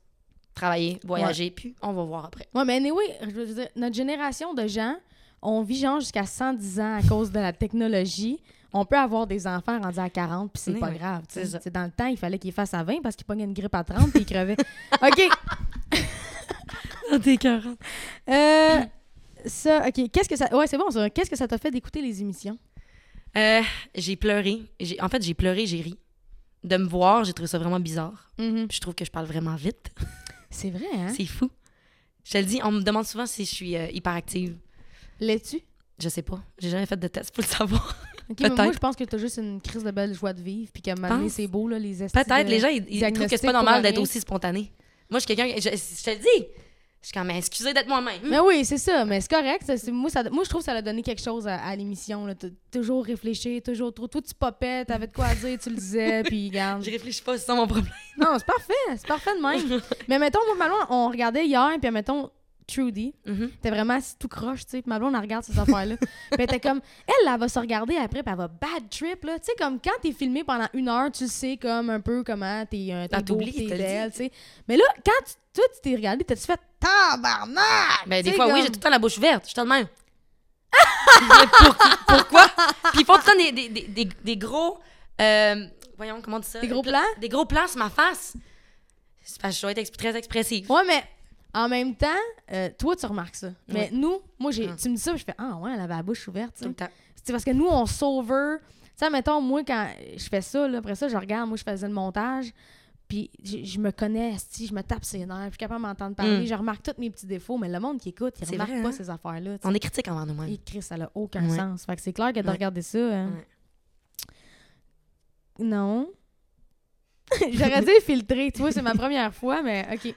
Speaker 3: Travailler, voyager, puis on va voir après.
Speaker 2: Ouais, mais anyway, je veux dire, notre génération de gens, on vit genre jusqu'à 110 ans à cause de la technologie. On peut avoir des enfants rendus à 40, puis c'est
Speaker 3: Oui,
Speaker 2: pas
Speaker 3: oui,
Speaker 2: grave.
Speaker 3: c'est
Speaker 2: tu sais.
Speaker 3: ça.
Speaker 2: C'est dans le temps, il fallait qu'ils fassent à 20 parce qu'ils pognaient une grippe à 30 puis ils
Speaker 3: [laughs]
Speaker 2: crevaient. OK. Ah, Euh, ça, OK. Qu'est-ce que ça. Ouais, c'est bon, ça. Qu'est-ce que ça t'a fait d'écouter les émissions?
Speaker 3: Euh, j'ai pleuré. J'ai- En fait, j'ai pleuré, j'ai ri. De me voir, j'ai trouvé ça vraiment bizarre. Je trouve que je parle vraiment vite.
Speaker 2: C'est vrai, hein?
Speaker 3: Mm-hmm. C'est fou. Je te le dis, on me demande souvent si je suis euh, hyperactive.
Speaker 2: L'es-tu?
Speaker 3: Je sais pas. J'ai jamais fait de test pour le savoir.
Speaker 2: Ok, mais moi,
Speaker 3: Peut-être.
Speaker 2: je pense que t'as juste une crise de belle joie de vivre, puis qu'à un moment donné,
Speaker 3: Penses?
Speaker 2: [laughs] c'est beau, là, les estis
Speaker 3: Peut-être
Speaker 2: de-
Speaker 3: les gens, ils, ils trouvent que
Speaker 2: Diagnostic
Speaker 3: c'est pas normal
Speaker 2: pour
Speaker 3: d'être
Speaker 2: rien.
Speaker 3: aussi spontané. Moi, je suis quelqu'un. Je, je te le dis. Je suis quand même excusez d'être moi-même.
Speaker 2: Mais oui, c'est ça, mais c'est correct. ça, c'est- moi, ça, moi, je trouve que ça a donné quelque chose à, à l'émission. là, t'as Toujours réfléchir, toujours trop. Toi, tu popais, t'avais de quoi dire, tu le disais, puis garde.
Speaker 3: Je réfléchis pas, c'est ça mon problème.
Speaker 2: Non, c'est parfait, c'est parfait de
Speaker 3: [laughs]
Speaker 2: même. mais mettons, moi, ma blonde, on regardait hier, puis mettons, Trudy,
Speaker 3: Mhm.
Speaker 2: t'es vraiment assis tout croche, tu sais, puis ma blonde, elle regarde ces
Speaker 3: [laughs]
Speaker 2: affaires-là. Puis elle était comme, elle, elle va se regarder après, puis elle va bad trip, là. Tu sais, comme quand t'es filmé pendant une heure, tu sais, comme un peu comment t'es un t'es
Speaker 3: Ah,
Speaker 2: beau,
Speaker 3: t'oublies,
Speaker 2: t'es
Speaker 3: t'as le dit.
Speaker 2: belle, tu sais. Mais là, quand tu, toi, tu t'es regardé, t'as-tu fait tabarnak?
Speaker 3: Ben,
Speaker 2: Tu
Speaker 3: des
Speaker 2: sais,
Speaker 3: fois, oui,
Speaker 2: comme- Ah!
Speaker 3: j'ai tout le temps la bouche ouverte. Je suis tout le même. Mais pour-
Speaker 2: [laughs]
Speaker 3: pourquoi? Puis ils font tout le temps des, des, des, des- des gros. euh, voyons, comment on dit ça?
Speaker 2: Des gros
Speaker 3: Pla-
Speaker 2: plans?
Speaker 3: Des gros plans sur ma face. C'est parce que je dois être ex- très expressive.
Speaker 2: Ouais, mais en même temps, euh, toi, tu remarques ça. Mais nous, moi, j'ai,
Speaker 3: Ah.
Speaker 2: tu me dis ça, puis je fais Ah, ouais, elle avait la bouche ouverte. tu
Speaker 3: Tout
Speaker 2: sais.
Speaker 3: le temps.
Speaker 2: C'est parce que nous, on sauveur. Tu sais, mettons, moi, quand je fais ça, là, après ça, je regarde, moi, je faisais le montage, puis je, je me connais, esti, je me tape ses nerfs, je suis capable de m'entendre parler,
Speaker 3: Mm.
Speaker 2: je remarque tous mes petits défauts, mais le monde qui écoute, il
Speaker 3: C'est
Speaker 2: remarque
Speaker 3: vrai,
Speaker 2: pas
Speaker 3: hein?
Speaker 2: ces affaires-là. tu sais.
Speaker 3: On est critique envers nous-mêmes.
Speaker 2: Et Chris, ça n'a aucun
Speaker 3: Ouais.
Speaker 2: sens. Fait que c'est clair que de
Speaker 3: Ouais.
Speaker 2: regarder ça. hein.
Speaker 3: Ouais.
Speaker 2: [laughs] Non. J'aurais dû filtrer. Tu vois, c'est ma première fois, mais OK.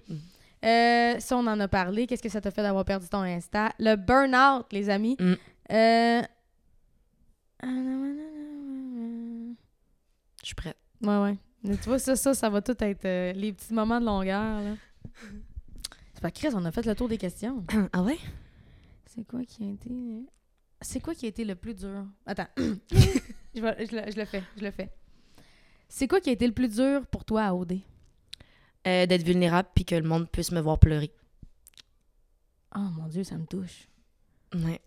Speaker 2: Euh, ça, on en a parlé. Qu'est-ce que ça t'a fait d'avoir perdu ton Insta? Le burn-out, les amis.
Speaker 3: Mm.
Speaker 2: Euh... Ah,
Speaker 3: Je
Speaker 2: [clears throat]
Speaker 3: suis prête.
Speaker 2: Ouais, ouais. Mais tu vois, ça, ça, ça va tout être euh, les petits moments de longueur, là. C'est pas Chris, on a fait le tour des questions.
Speaker 3: ah ouais?
Speaker 2: C'est quoi qui a été... euh, C'est quoi qui a été le plus dur? Attends. [coughs] je, vais- je le, je le fais, je le fais. C'est quoi qui a été le plus dur pour toi à OD?
Speaker 3: Euh, D'être vulnérable puis que le monde puisse me voir pleurer.
Speaker 2: Oh mon Dieu, ça me touche.
Speaker 3: Ouais.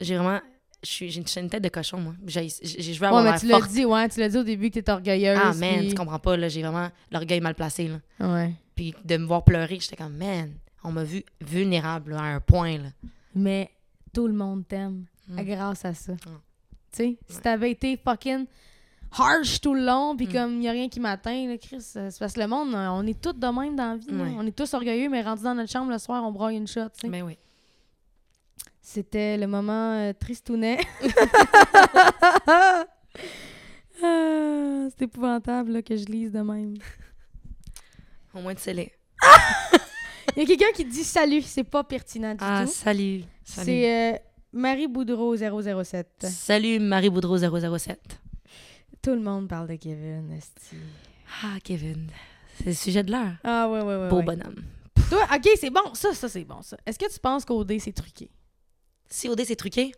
Speaker 3: J'ai vraiment. je suis- J'ai une, j'ai une tête de cochon, moi. J'ai- j'ai- Je veux
Speaker 2: ouais,
Speaker 3: avoir
Speaker 2: mais
Speaker 3: l'air
Speaker 2: tu l'as
Speaker 3: forte.
Speaker 2: dit, ouais, tu l'as dit au début que t'étais orgueilleuse.
Speaker 3: Ah, man,
Speaker 2: puis-
Speaker 3: tu comprends pas, là. J'ai vraiment l'orgueil mal placé, là.
Speaker 2: Ouais.
Speaker 3: Puis de me voir pleurer, j'étais comme, man, on m'a vu vulnérable là, à un point, là.
Speaker 2: Mais tout le monde t'aime
Speaker 3: Mm.
Speaker 2: à- grâce à ça. Tu sais, si
Speaker 3: Ouais.
Speaker 2: t'avais été fucking harsh tout le long, puis
Speaker 3: Mm.
Speaker 2: comme y a rien qui m'atteint, là, Chris, euh, c'est parce que le monde, euh, on est tous de même dans la vie. là.
Speaker 3: Ouais.
Speaker 2: On est tous orgueilleux, mais rendus dans notre chambre le soir, on broye une shot, tu sais.
Speaker 3: Ben oui.
Speaker 2: C'était le moment euh, [laughs] tristounet. Ah, c'est épouvantable là, que je lise de même.
Speaker 3: Au moins, tu sais les.
Speaker 2: Il y a quelqu'un qui dit salut, c'est pas pertinent du
Speaker 3: Ah,
Speaker 2: tout.
Speaker 3: salut. Salut.
Speaker 2: C'est euh, Marie Boudreau
Speaker 3: Ben.
Speaker 2: 007.
Speaker 3: Salut, Marie Boudreau 007.
Speaker 2: Tout le monde parle de Kevin, esti.
Speaker 3: Ah, Kevin. C'est le sujet de l'heure.
Speaker 2: Ah ouais, ouais, ouais.
Speaker 3: Beau
Speaker 2: ouais.
Speaker 3: bonhomme.
Speaker 2: Toi, OK, c'est bon. Ça, ça, c'est bon, ça. Est-ce que tu penses qu'OD, c'est truqué?
Speaker 3: Si OD, c'est truqué.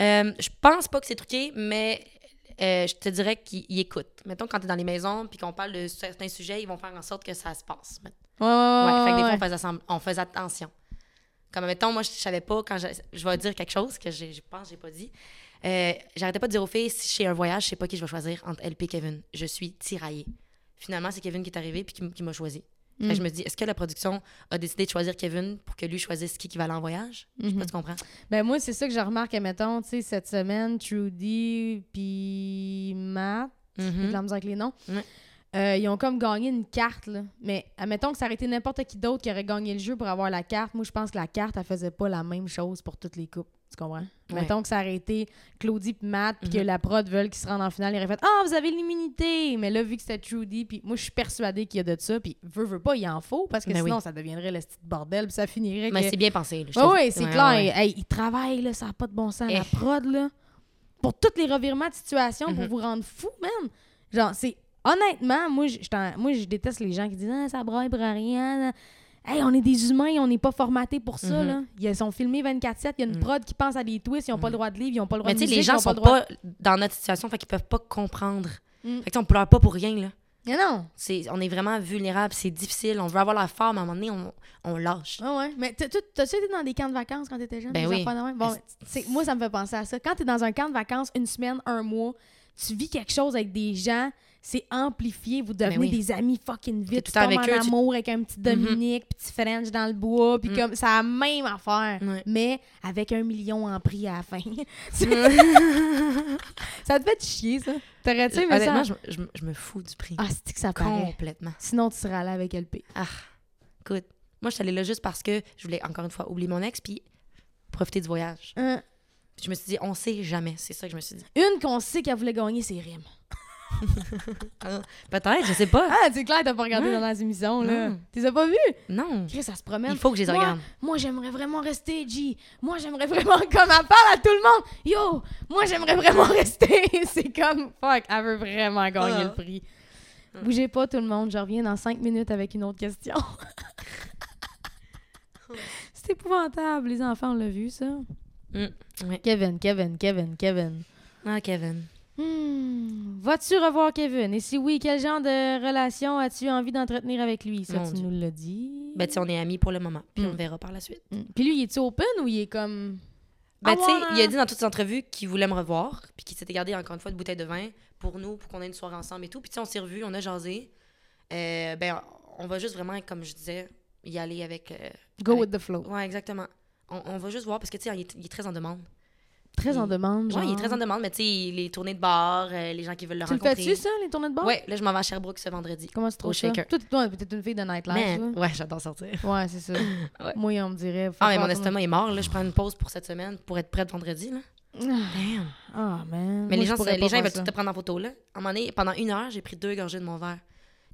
Speaker 3: Euh, je pense pas que c'est truqué, mais euh, je te dirais qu'ils ils écoutent. Mettons, quand t'es dans les maisons puis qu'on parle de certains sujets, ils vont faire en sorte que ça se passe.
Speaker 2: Ouais, ouais,
Speaker 3: Ouais,
Speaker 2: ouais.
Speaker 3: fait que des fois,
Speaker 2: ouais.
Speaker 3: on faisait, sembl- on faisait attention. Comme, mettons, moi, je savais pas, quand je, je vais dire quelque chose que j'ai- je pense que j'ai pas dit. Euh, J'arrêtais pas de dire aux filles, si je fais un voyage, je sais pas qui je vais choisir entre LP et Kevin. Je suis tiraillée. Finalement, c'est Kevin qui est arrivé puis qui, m- qui m'a choisi.
Speaker 2: Mm.
Speaker 3: Fait que je me dis, est-ce que la production a décidé de choisir Kevin pour que lui choisisse qui qui va aller en voyage? Je sais pas,
Speaker 2: Mhm.
Speaker 3: tu comprends?
Speaker 2: Ben moi, c'est ça que je remarque, mettons, tu sais, cette semaine, Trudy puis Matt,
Speaker 3: Mm-hmm.
Speaker 2: j'ai de la misère avec les noms,
Speaker 3: Mhm. Ouais.
Speaker 2: Euh, ils ont comme gagné une carte, là. Mais admettons que ça aurait été n'importe qui d'autre qui aurait gagné le jeu pour avoir la carte. Moi, je pense que la carte, elle faisait pas la même chose pour toutes les coupes. Tu comprends? Mettons que ça aurait été Claudie puis Matt, puis que
Speaker 3: Mhm.
Speaker 2: la prod veulent qu'ils se rendent en finale, ils auraient fait « Ah, vous avez l'immunité! » Mais là, vu que c'était Trudy, puis moi, je suis persuadée qu'il y a de ça, puis veut, veut pas, il en faut, parce que
Speaker 3: Ben oui.
Speaker 2: sinon, ça deviendrait le petit bordel, puis ça finirait
Speaker 3: Mais
Speaker 2: que-
Speaker 3: c'est bien pensé. là, je te
Speaker 2: oui,
Speaker 3: dis.
Speaker 2: oui, Ah c'est
Speaker 3: Ouais,
Speaker 2: clair.
Speaker 3: ouais, ouais.
Speaker 2: Hey, ils travaillent, là, ça n'a pas de bon sens. La
Speaker 3: Eh.
Speaker 2: prod, là, pour tous les revirements de situation, pour
Speaker 3: Mhm.
Speaker 2: vous rendre fou, man. Genre, c'est. Honnêtement, moi, je- je t'en- moi, je déteste les gens qui disent ah, ça braille pour rien. ah, Hey, on est des humains, on n'est pas formatés pour ça,
Speaker 3: Mhm.
Speaker 2: là. Ils sont filmés 24-7, il y a une
Speaker 3: Mhm.
Speaker 2: prod qui pense à des twists, ils n'ont pas le droit de livre, ils n'ont pas le droit
Speaker 3: Mm.
Speaker 2: de
Speaker 3: Mais tu sais, les
Speaker 2: musique, ils
Speaker 3: gens
Speaker 2: ont pas
Speaker 3: sont
Speaker 2: le droit.
Speaker 3: pas dans notre situation, fait qu'ils peuvent pas comprendre.
Speaker 2: Mm.
Speaker 3: Fait que tu sais, on pleure pas pour rien, là.
Speaker 2: Mais non.
Speaker 3: C'est- on est vraiment vulnérable, c'est difficile, on veut avoir la forme, à un moment donné, on, on lâche.
Speaker 2: Ah ouais. Mais t'as- t'as- t'as-tu été dans des camps de vacances quand t'étais jeune?
Speaker 3: Ben
Speaker 2: des
Speaker 3: oui.
Speaker 2: affaires de même? Bon,
Speaker 3: Est-
Speaker 2: c'est- moi, ça me fait penser à ça. Quand t'es dans un camp de vacances, une semaine, un mois, tu vis quelque chose avec des gens, c'est amplifié, vous devenez
Speaker 3: Ben oui.
Speaker 2: des amis fucking vite.
Speaker 3: tout
Speaker 2: Tu
Speaker 3: le temps
Speaker 2: tombes
Speaker 3: avec eux,
Speaker 2: en
Speaker 3: tu- Mhm.
Speaker 2: amour avec un petit Dominique, petit French dans le bois, puis
Speaker 3: Mm.
Speaker 2: comme ça a la même affaire,
Speaker 3: Ouais.
Speaker 2: mais avec un million en prix à la fin. [laughs] C'est- [laughs] ça te fait chier, ça. T'aurais-tu aimé ça?
Speaker 3: Mm. Honnêtement, je, je me- je me fous du prix.
Speaker 2: Ah, c'est que ça paraît.
Speaker 3: Complètement.
Speaker 2: Sinon, tu seras là avec LP.
Speaker 3: Ah, écoute, moi, je suis allée là juste parce que je voulais, encore une fois, oublier mon ex, puis profiter du voyage.
Speaker 2: Hein.
Speaker 3: Puis je me suis dit, on sait jamais, c'est ça que je me suis dit.
Speaker 2: Une qu'on sait qu'elle voulait gagner, c'est Rim.
Speaker 3: Peut-être, je sais pas.
Speaker 2: Ah, c'est clair, t'as pas regardé
Speaker 3: Ouais.
Speaker 2: dans les émissions, là.
Speaker 3: Non.
Speaker 2: T'es pas vu?
Speaker 3: Non,
Speaker 2: Chris, ça se promène.
Speaker 3: il faut que je les
Speaker 2: Moi,
Speaker 3: regarde.
Speaker 2: Moi, j'aimerais vraiment rester, G. Moi, j'aimerais vraiment, [laughs] comme elle parle à tout le monde, yo, moi, j'aimerais vraiment [laughs] rester. c'est comme, fuck, elle veut vraiment gagner
Speaker 3: Ah.
Speaker 2: le prix. Bougez pas, tout le monde. Je reviens dans cinq minutes avec une autre question. [laughs] c'est épouvantable. Les enfants, on l'a vu, ça.
Speaker 3: Mm, ouais.
Speaker 2: Kevin, Kevin, Kevin, Kevin.
Speaker 3: Ah, Kevin.
Speaker 2: Hmm, Vas-tu revoir Kevin? Et si oui, quel genre de relation as-tu envie d'entretenir avec lui? Ça,
Speaker 3: Mon
Speaker 2: tu
Speaker 3: Dieu.
Speaker 2: nous l'as dit.
Speaker 3: Ben, tu sais, on est amis pour le moment, puis
Speaker 2: Mm.
Speaker 3: on verra par la suite.
Speaker 2: Hmm. Puis lui, il est-tu open ou il est comme.
Speaker 3: Ben,
Speaker 2: Ah
Speaker 3: tu sais,
Speaker 2: ouais.
Speaker 3: il a dit dans toutes ses entrevues qu'il voulait me revoir, puis qu'il s'était gardé encore une fois de bouteille de vin pour nous, pour qu'on ait une soirée ensemble et tout. Puis, tu sais, on s'est revus, on a jasé. Euh, ben, on va juste vraiment, comme je disais, y aller avec. euh,
Speaker 2: Go
Speaker 3: Avec-
Speaker 2: with the flow.
Speaker 3: Ouais, exactement. On, on va juste voir parce que, tu sais, il, est- il est très en demande.
Speaker 2: Très en
Speaker 3: Il-
Speaker 2: demande. Genre.
Speaker 3: Ouais, il est très en demande, mais tu sais, les tournées de bar, euh, les gens qui veulent le
Speaker 2: Tu le
Speaker 3: rencontrer.
Speaker 2: fais-tu, ça, les tournées de bar?
Speaker 3: Ouais, là, je m'en vais à Sherbrooke ce vendredi.
Speaker 2: Comment tu trouves ça?
Speaker 3: shaker.
Speaker 2: Toi, t- toi, peut-être une fille de nightlife.
Speaker 3: Man, ouais, j'adore sortir.
Speaker 2: toi. Ouais, c'est ça.
Speaker 3: [laughs] Ouais.
Speaker 2: Moi, on me dirait. faut
Speaker 3: Ah, mais
Speaker 2: faire
Speaker 3: mon
Speaker 2: ton-
Speaker 3: estomac est mort, là. Je prends une pause pour cette semaine pour être prête vendredi, là.
Speaker 2: Ah,
Speaker 3: Damn.
Speaker 2: Ah, man.
Speaker 3: Mais
Speaker 2: Moi,
Speaker 3: les
Speaker 2: je
Speaker 3: gens,
Speaker 2: pourrais
Speaker 3: c'est-
Speaker 2: pas
Speaker 3: les gens ils
Speaker 2: faire
Speaker 3: veulent
Speaker 2: ça.
Speaker 3: tout te prendre en photo, là. À un moment donné, pendant une heure, j'ai pris deux gorgées de mon verre.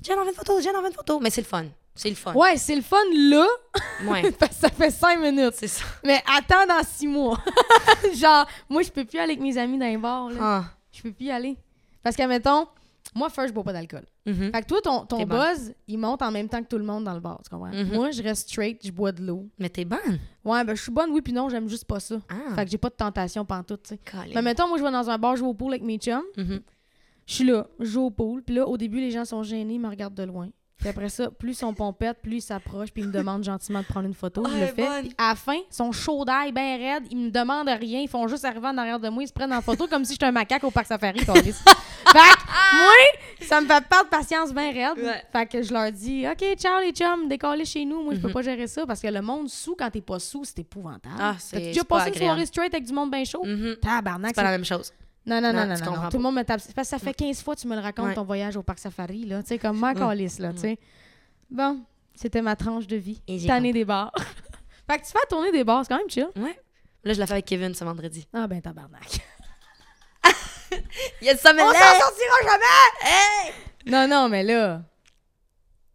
Speaker 3: J'ai envie une photo, j'ai envie une photo. Mais c'est le fun. C'est le fun.
Speaker 2: Ouais, c'est le fun là, [laughs]
Speaker 3: Ouais. [laughs]
Speaker 2: parce que ça fait cinq minutes.
Speaker 3: c'est ça.
Speaker 2: Mais attends dans six mois. [laughs] Genre, moi, je peux plus aller avec mes amis dans les bars. Là.
Speaker 3: Ah.
Speaker 2: Je peux plus y aller. Parce que, mettons, moi, first, je bois pas d'alcool.
Speaker 3: Mhm.
Speaker 2: Fait que toi, ton, ton
Speaker 3: T'es bonne.
Speaker 2: buzz, il monte en même temps que tout le monde dans le bar, tu comprends?
Speaker 3: Mhm.
Speaker 2: Moi, je reste straight, je bois de l'eau.
Speaker 3: Mais t'es bonne.
Speaker 2: Ouais, ben je suis bonne, oui, puis non, j'aime juste pas ça.
Speaker 3: Ah.
Speaker 2: Fait que j'ai pas de tentation pantoute, tu sais.
Speaker 3: Colin.
Speaker 2: Mais mettons, moi, je vais dans un bar, je vais au pool avec mes chums.
Speaker 3: Mhm.
Speaker 2: Je suis là, je joue au pool. Puis là, au début, les gens sont gênés, ils me regardent de loin. Puis après ça, plus ils sont pompettes, plus ils s'approchent, puis ils me demandent gentiment de prendre une photo. je
Speaker 3: Ah,
Speaker 2: le
Speaker 3: elle est
Speaker 2: fais.
Speaker 3: bonne.
Speaker 2: Puis à la fin, ils sont chauds d'ail, bien raides, ils me demandent rien, ils font juste arriver en arrière de moi, ils se prennent en photo comme si j'étais un macaque au parc
Speaker 3: [laughs]
Speaker 2: safari. câlisse. fait que moi, ça me fait perdre patience bien raide.
Speaker 3: Ouais.
Speaker 2: Fait que je leur dis OK, ciao les chums, décollez chez nous. Moi, je peux
Speaker 3: Mhm.
Speaker 2: pas gérer ça parce que le monde sous, quand t'es pas sous, c'est épouvantable.
Speaker 3: Ah, c'est-
Speaker 2: T'as-tu déjà
Speaker 3: c'est pas
Speaker 2: passé une
Speaker 3: agréable.
Speaker 2: soirée straight avec du monde bien chaud?
Speaker 3: Mhm.
Speaker 2: Tabarnak,
Speaker 3: C'est pas la même chose.
Speaker 2: non, non, non,
Speaker 3: Non,
Speaker 2: non,
Speaker 3: tu
Speaker 2: non, non.
Speaker 3: comprends
Speaker 2: Tout le monde me tape. c'est Parce que ça fait 15 fois que tu me le racontes,
Speaker 3: Ouais. Mm.
Speaker 2: ton voyage au parc safari, là. Tu sais, comme ma calisse, là, tu sais. Bon, c'était ma tranche de vie.
Speaker 3: Et j'ai
Speaker 2: Tanner des bars. [laughs] fait que tu fais tourner des bars, c'est quand même chill.
Speaker 3: Ouais. Là, je la fais avec Kevin ce vendredi.
Speaker 2: Ah ben, tabarnak.
Speaker 3: [laughs] Il y a du sommeil.
Speaker 2: sortira jamais! Non, non, mais là...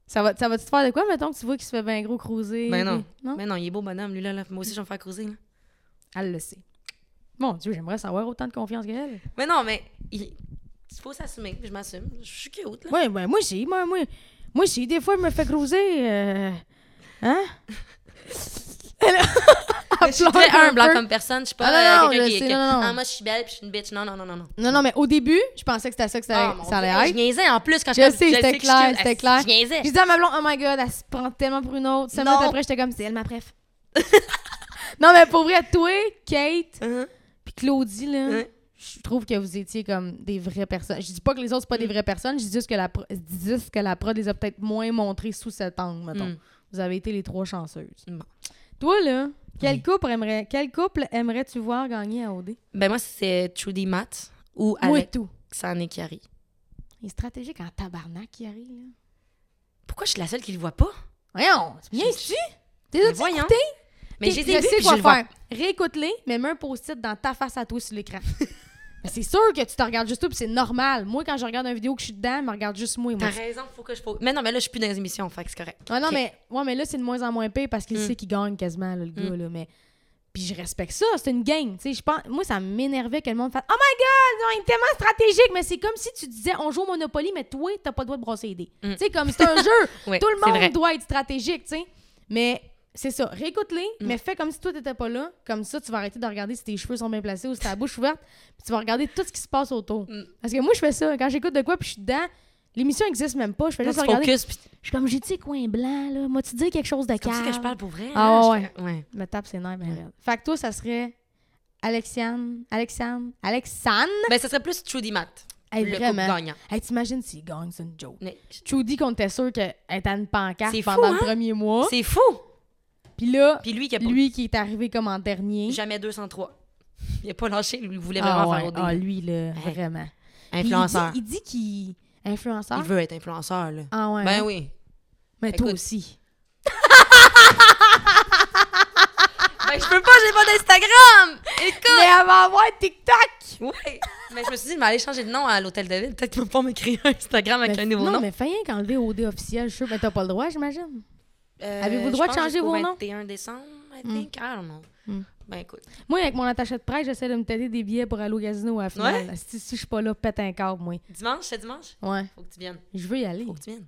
Speaker 2: Ça va, ça va-tu te faire de quoi, mettons, que tu vois qu'il se fait bien gros cruiser?
Speaker 3: Ben non.
Speaker 2: puis- Non?
Speaker 3: Mais non, il est beau bonhomme, lui là. là. Moi aussi, je vais me faire cruiser. Là.
Speaker 2: Elle le sait. Mon Dieu, j'aimerais savoir autant de confiance qu'elle.
Speaker 3: Mais non, mais il faut s'assumer. puis Je m'assume. Je suis cute là.
Speaker 2: Ouais, ben moi j'ai, moi, moi, moi j'ai, des fois je me fais croiser, euh,
Speaker 3: [laughs]
Speaker 2: hein? [laughs]
Speaker 3: Mais je suis très humble hein, comme personne. Je suis pas
Speaker 2: Ah, non,
Speaker 3: euh,
Speaker 2: non,
Speaker 3: quelqu'un
Speaker 2: je
Speaker 3: qui,
Speaker 2: sais,
Speaker 3: qui-
Speaker 2: non, non.
Speaker 3: Ah, moi, je suis belle puis je suis une bitch. Non, non, non, non, non.
Speaker 2: Non, non, mais au début, je pensais que c'était ça que ça,
Speaker 3: Ah, mon
Speaker 2: ça
Speaker 3: Dieu.
Speaker 2: allait
Speaker 3: Je
Speaker 2: être.
Speaker 3: niaisais en plus quand
Speaker 2: Je
Speaker 3: j'étais-
Speaker 2: sais,
Speaker 3: je
Speaker 2: c'était
Speaker 3: que je suis
Speaker 2: clair,
Speaker 3: cute.
Speaker 2: c'était
Speaker 3: Ah,
Speaker 2: clair.
Speaker 3: Je niaisais.
Speaker 2: Je disais à ma blonde, oh my god, elle se prend tellement pour une autre. Cinq
Speaker 3: Non.
Speaker 2: minutes après, j'étais comme, c'est elle ma préf. [laughs] non, mais pour vrai, toi, Kate,
Speaker 3: Hein?
Speaker 2: puis Claudie, là,
Speaker 3: Ouais.
Speaker 2: je trouve que vous étiez comme des vraies personnes. Je dis pas que les autres, c'est pas
Speaker 3: Mm.
Speaker 2: des vraies personnes, je dis juste que la, pro- je dis juste que la prod les a peut-être moins montrées sous cet angle, mettons.
Speaker 3: Mm.
Speaker 2: Vous avez été les trois chanceuses.
Speaker 3: Bon.
Speaker 2: Toi, là, quel couple aimerais, quel couple aimerais-tu voir gagner à OD?
Speaker 3: Ben moi, c'est Trudy Matt ou
Speaker 2: Moi et
Speaker 3: Alexandre
Speaker 2: tout.
Speaker 3: Chiari.
Speaker 2: Il est stratégique en tabarnak qui arrive, là.
Speaker 3: Pourquoi je suis la seule qui le voit pas?
Speaker 2: Voyons, tu viens ici? T'es là,
Speaker 3: Mais voyons. Mais j'ai
Speaker 2: je
Speaker 3: vu puis
Speaker 2: sais
Speaker 3: je
Speaker 2: quoi
Speaker 3: le vois
Speaker 2: faire. Réécoute-les, mais mets un post-it dans ta face à toi sur
Speaker 3: [laughs]
Speaker 2: l'écran. Mais c'est sûr que tu te regardes juste toi, puis c'est normal. Moi, quand je regarde une vidéo que je suis dedans, elle me regarde juste moi. et moi.
Speaker 3: T'as raison, faut que je faut. Mais non, mais là, je suis plus dans les émissions, fait que c'est correct.
Speaker 2: Ah non,
Speaker 3: Ok.
Speaker 2: mais, ouais, mais là, c'est de moins en moins pire parce qu'il
Speaker 3: Mm.
Speaker 2: sait qu'il gagne quasiment, là, le gars.
Speaker 3: Hmm.
Speaker 2: Là, mais... Puis je respecte ça, c'est une gang. tu sais, Je pense... Moi, ça m'énervait que le monde fasse Oh my god, non, il est tellement stratégique, mais c'est comme si tu disais on joue au Monopoly, mais toi, t'as pas le droit de brosser les dés.
Speaker 3: Mm.
Speaker 2: Tu sais, comme c'est un
Speaker 3: [laughs]
Speaker 2: jeu,
Speaker 3: Oui,
Speaker 2: tout le
Speaker 3: c'est
Speaker 2: monde
Speaker 3: vrai.
Speaker 2: doit être stratégique, tu sais. Mais c'est ça, réécoute-les,
Speaker 3: Hmm.
Speaker 2: mais fais comme si toi, t'étais pas là. Comme ça, tu vas arrêter de regarder si tes cheveux sont bien placés ou si ta bouche ouverte, puis tu vas regarder tout ce qui se passe autour.
Speaker 3: Mm.
Speaker 2: Parce que moi, je fais ça. Quand j'écoute de quoi, puis je suis dedans, l'émission existe même pas, je fais
Speaker 3: Là,
Speaker 2: juste
Speaker 3: tu
Speaker 2: regarder.
Speaker 3: focus, puis c'est
Speaker 2: Je suis comme, j'ai dit coin blanc, là. Moi, tu dis quelque chose de
Speaker 3: comme ça
Speaker 2: calme.
Speaker 3: que je parle pour vrai.
Speaker 2: Ah,
Speaker 3: hein,
Speaker 2: ouais,
Speaker 3: je fais- ouais.
Speaker 2: Me tape ses nerfs, ben raide. Fait que toi, ça serait Alexiane, Alexandre, Alexane.
Speaker 3: Ben, ça serait plus Trudy Matt.
Speaker 2: Hey,
Speaker 3: le couple
Speaker 2: vraiment.
Speaker 3: gagnant.
Speaker 2: Hey, t'imagines s'il gagne, c'est une joke.
Speaker 3: Mais je-
Speaker 2: Trudy, qu'on était sûr qu'elle était à une pancarte
Speaker 3: C'est fou,
Speaker 2: pendant le
Speaker 3: hein?
Speaker 2: premier mois.
Speaker 3: C'est fou!
Speaker 2: Puis là,
Speaker 3: Puis lui qui a pas-
Speaker 2: Oh. lui qui est arrivé comme en dernier.
Speaker 3: jamais 203. Il a pas lâché, lui, il voulait
Speaker 2: ah,
Speaker 3: vraiment
Speaker 2: ouais.
Speaker 3: faire au
Speaker 2: Ah, lui, là,
Speaker 3: Hey.
Speaker 2: vraiment. Puis il dit-
Speaker 3: Influenceur.
Speaker 2: Il dit qu'il. Influenceur?
Speaker 3: Il veut être influenceur, là.
Speaker 2: Ah ouais.
Speaker 3: Ben
Speaker 2: hein?
Speaker 3: oui.
Speaker 2: Mais toi
Speaker 3: Écoute.
Speaker 2: aussi.
Speaker 3: Ben, je peux pas, j'ai pas d'Instagram! Écoute!
Speaker 2: Mais elle va avoir TikTok!
Speaker 3: Ouais! Mais je me suis dit, mais allez changer de nom à l'hôtel de ville. Peut-être qu'ils vont pas me créer un Instagram avec
Speaker 2: Mais-
Speaker 3: un nouveau
Speaker 2: non,
Speaker 3: nom.
Speaker 2: mais fais rien qu'enlever OD officiel, je suis sûre. Mais t'as pas le droit, j'imagine.
Speaker 3: Euh,
Speaker 2: avez-vous le
Speaker 3: je
Speaker 2: droit de
Speaker 3: pense
Speaker 2: changer
Speaker 3: jusqu'au
Speaker 2: vos noms? Hmm.
Speaker 3: 21 décembre, I think. I don't know.
Speaker 2: Mm.
Speaker 3: Ben, écoute.
Speaker 2: Moi, avec mon attaché de presse, j'essaie de me têter des billets pour aller au casino à la finale.
Speaker 3: Ouais.
Speaker 2: Si, si je suis pas là, pète un câble, moi.
Speaker 3: Dimanche, c'est dimanche?
Speaker 2: Ouais.
Speaker 3: Faut que tu viennes.
Speaker 2: Je veux y aller.
Speaker 3: Faut que tu viennes.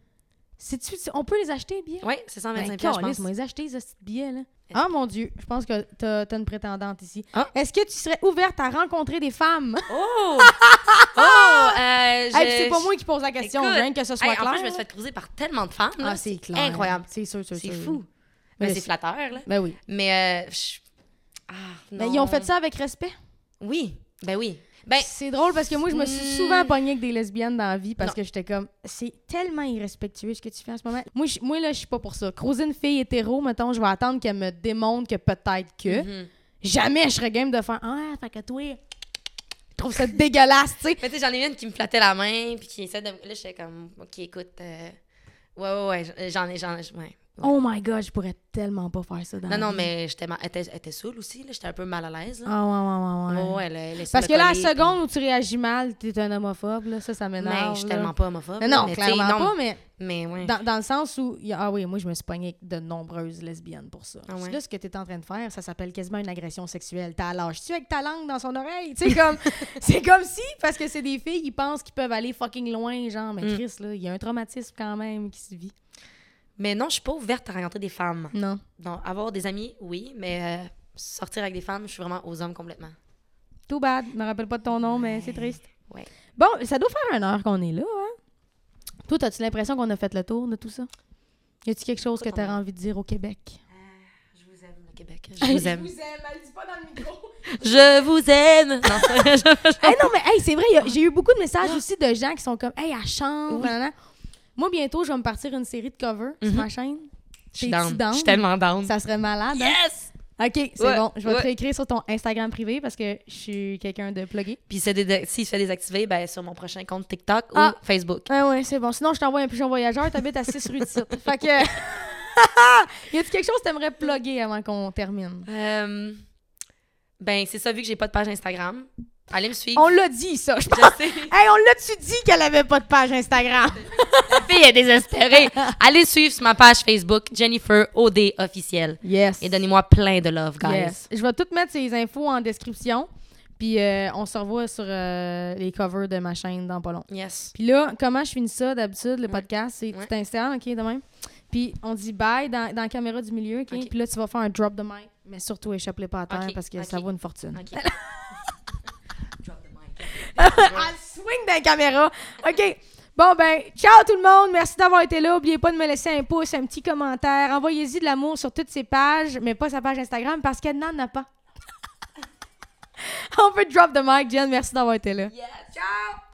Speaker 2: C'est-tu- tu- on peut les acheter, les billets?
Speaker 3: Ouais, c'est 125
Speaker 2: Ben,
Speaker 3: piastres,
Speaker 2: calisse,
Speaker 3: je
Speaker 2: moi,
Speaker 3: pense.
Speaker 2: les acheter, ces petits billets, là. Ah, mon Dieu. Je pense que t'as as une prétendante ici.
Speaker 3: Ah.
Speaker 2: Est-ce que tu serais ouverte à rencontrer des
Speaker 3: [laughs]
Speaker 2: femmes?
Speaker 3: Oh!
Speaker 2: [laughs]
Speaker 3: oh! Euh,
Speaker 2: Hey,
Speaker 3: je-
Speaker 2: puis c'est pas moi qui pose la question,
Speaker 3: Écoute.
Speaker 2: rien que ce soit
Speaker 3: Hey,
Speaker 2: clair.
Speaker 3: En plus, je me suis fait cruiser par tellement de femmes. [laughs] là.
Speaker 2: Ah, c'est clair.
Speaker 3: Incroyable.
Speaker 2: C'est sûr, sûr,
Speaker 3: C'est
Speaker 2: sûr.
Speaker 3: fou.
Speaker 2: Mais
Speaker 3: Mais
Speaker 2: c'est-
Speaker 3: c'est flatteur, là.
Speaker 2: Ben oui.
Speaker 3: Mais euh, je- ah,
Speaker 2: Ben,
Speaker 3: non.
Speaker 2: ils ont fait ça avec respect.
Speaker 3: Oui, ben oui. Ben,
Speaker 2: C'est drôle parce que moi, je me suis
Speaker 3: Hmm.
Speaker 2: souvent pognée avec des lesbiennes dans la vie parce
Speaker 3: Non.
Speaker 2: que j'étais comme, c'est tellement irrespectueux ce que tu fais en ce moment. Moi, je- moi là, je suis pas pour ça. Croiser une fille hétéro, mettons, je vais attendre qu'elle me démontre que peut-être que.
Speaker 3: mhm.
Speaker 2: Jamais je serais game de faire Ah, fait que toi, je trouve ça dégueulasse, tu sais.
Speaker 3: mais tu sais, j'en ai une qui me flattait la main, puis qui essaie de. Là, j'étais comme, OK, écoute. euh, Ouais, ouais, ouais, j'en ai, j'en ai. Ouais.
Speaker 2: Oh my god, je pourrais tellement pas faire ça. Dans
Speaker 3: Non,
Speaker 2: la
Speaker 3: non,
Speaker 2: vie.
Speaker 3: mais j'étais ma- elle était, elle était saoule aussi. là. J'étais un peu mal à l'aise. là.
Speaker 2: Ah ouais, ouais, ouais, ouais.
Speaker 3: Ouais, ouais, elle a laissé
Speaker 2: Parce
Speaker 3: me
Speaker 2: que là, la
Speaker 3: coller, puis-
Speaker 2: seconde où tu réagis mal, t'es un homophobe, là, ça, ça m'énerve.
Speaker 3: Mais Ben, je suis
Speaker 2: là.
Speaker 3: tellement pas homophobe.
Speaker 2: Mais
Speaker 3: là,
Speaker 2: non,
Speaker 3: mais tu sais,
Speaker 2: clairement
Speaker 3: non,
Speaker 2: pas, mais
Speaker 3: Mais ouais.
Speaker 2: dans, dans le sens où. il y a- Ah oui, moi, je me suis pognée avec de nombreuses lesbiennes pour ça.
Speaker 3: Ah ouais?
Speaker 2: Là, ce que t'es en train de faire, ça s'appelle quasiment une agression sexuelle. T'as lâché-tu avec ta langue dans son oreille? Tu sais,
Speaker 3: [laughs]
Speaker 2: comme. c'est comme si, parce que c'est des filles, ils pensent qu'ils peuvent aller fucking loin, genre, mais
Speaker 3: Mm.
Speaker 2: Chris, là, il y a un traumatisme quand même qui se vit.
Speaker 3: Mais non, je suis pas ouverte à rencontrer des femmes.
Speaker 2: Non.
Speaker 3: Donc, avoir des amis, oui, mais euh, sortir avec des femmes, je suis vraiment aux hommes complètement.
Speaker 2: Too bad. Je me rappelle pas de ton nom, mais c'est triste.
Speaker 3: Ouais.
Speaker 2: Bon, ça doit faire une heure qu'on est là, hein? Toi, as-tu l'impression qu'on a fait le tour de tout ça? Y a-tu quelque chose que
Speaker 3: Pas
Speaker 2: t'aurais
Speaker 3: tant.
Speaker 2: envie de dire au Québec?
Speaker 3: Je vous aime, le Québec. Je vous aime.
Speaker 2: elle dit pas dans le micro.
Speaker 3: je vous aime. Non, c'est vrai, [laughs] je-
Speaker 2: hey, non, mais hey, c'est vrai, y a- j'ai eu beaucoup de messages aussi de gens qui sont comme, hey, à chambre. nanana. Moi, bientôt, je vais me partir une série de covers sur ma chaîne.
Speaker 3: je
Speaker 2: T'es-tu
Speaker 3: suis down.
Speaker 2: Mhm. down?
Speaker 3: Je suis tellement down.
Speaker 2: Ça serait malade. hein?
Speaker 3: Yes!
Speaker 2: Ok, c'est
Speaker 3: Ouais,
Speaker 2: bon. Je vais te
Speaker 3: ouais.
Speaker 2: réécrire sur ton Instagram privé parce que je suis quelqu'un de plugué.
Speaker 3: Puis s'il dé- s'il se fait désactiver, ben, sur mon prochain compte TikTok
Speaker 2: Ah.
Speaker 3: ou Facebook.
Speaker 2: Ah ouais, c'est bon. Sinon, je t'envoie un pigeon voyageur, t'habites à 6 rue de Site. Fait [laughs] que. y a-tu quelque chose que t'aimerais plugger avant qu'on termine?
Speaker 3: Euh, ben, c'est ça, vu que j'ai pas de page Instagram. Allez me suivre.
Speaker 2: On l'a dit, ça, je pense.
Speaker 3: [laughs] Je sais.
Speaker 2: Hey, on l'a-tu dit qu'elle avait pas de page Instagram?
Speaker 3: La [laughs] fille est désespérée. Allez suivre sur ma page Facebook, Jennifer OD officielle.
Speaker 2: Yes.
Speaker 3: Et donnez-moi plein de love, guys.
Speaker 2: Yes. Je vais tout mettre ces infos en description. Puis euh, on se revoit sur euh, les covers de ma chaîne dans pas long.
Speaker 3: Yes.
Speaker 2: Puis là, comment je finis ça d'habitude, le podcast, c'est tu
Speaker 3: Ouais.
Speaker 2: t'installes, OK, de même. Puis on dit bye dans, dans la caméra du milieu, OK?
Speaker 3: OK.
Speaker 2: Puis là, tu vas faire un drop de mic, mais surtout échappe les pas à terre
Speaker 3: OK,
Speaker 2: parce que
Speaker 3: OK.
Speaker 2: ça vaut une fortune.
Speaker 3: OK. Drop the mic.
Speaker 2: [laughs] Elle swing dans la caméra. OK. Bon, ben, ciao tout le monde. Merci d'avoir été là. N'oubliez pas de me laisser un pouce, un petit commentaire. Envoyez-y de l'amour sur toutes ses pages, mais pas sa page Instagram parce qu'elle n'en a [laughs] pas. On peut drop the mic, Jen. Merci d'avoir été là.
Speaker 3: Yes. Ciao.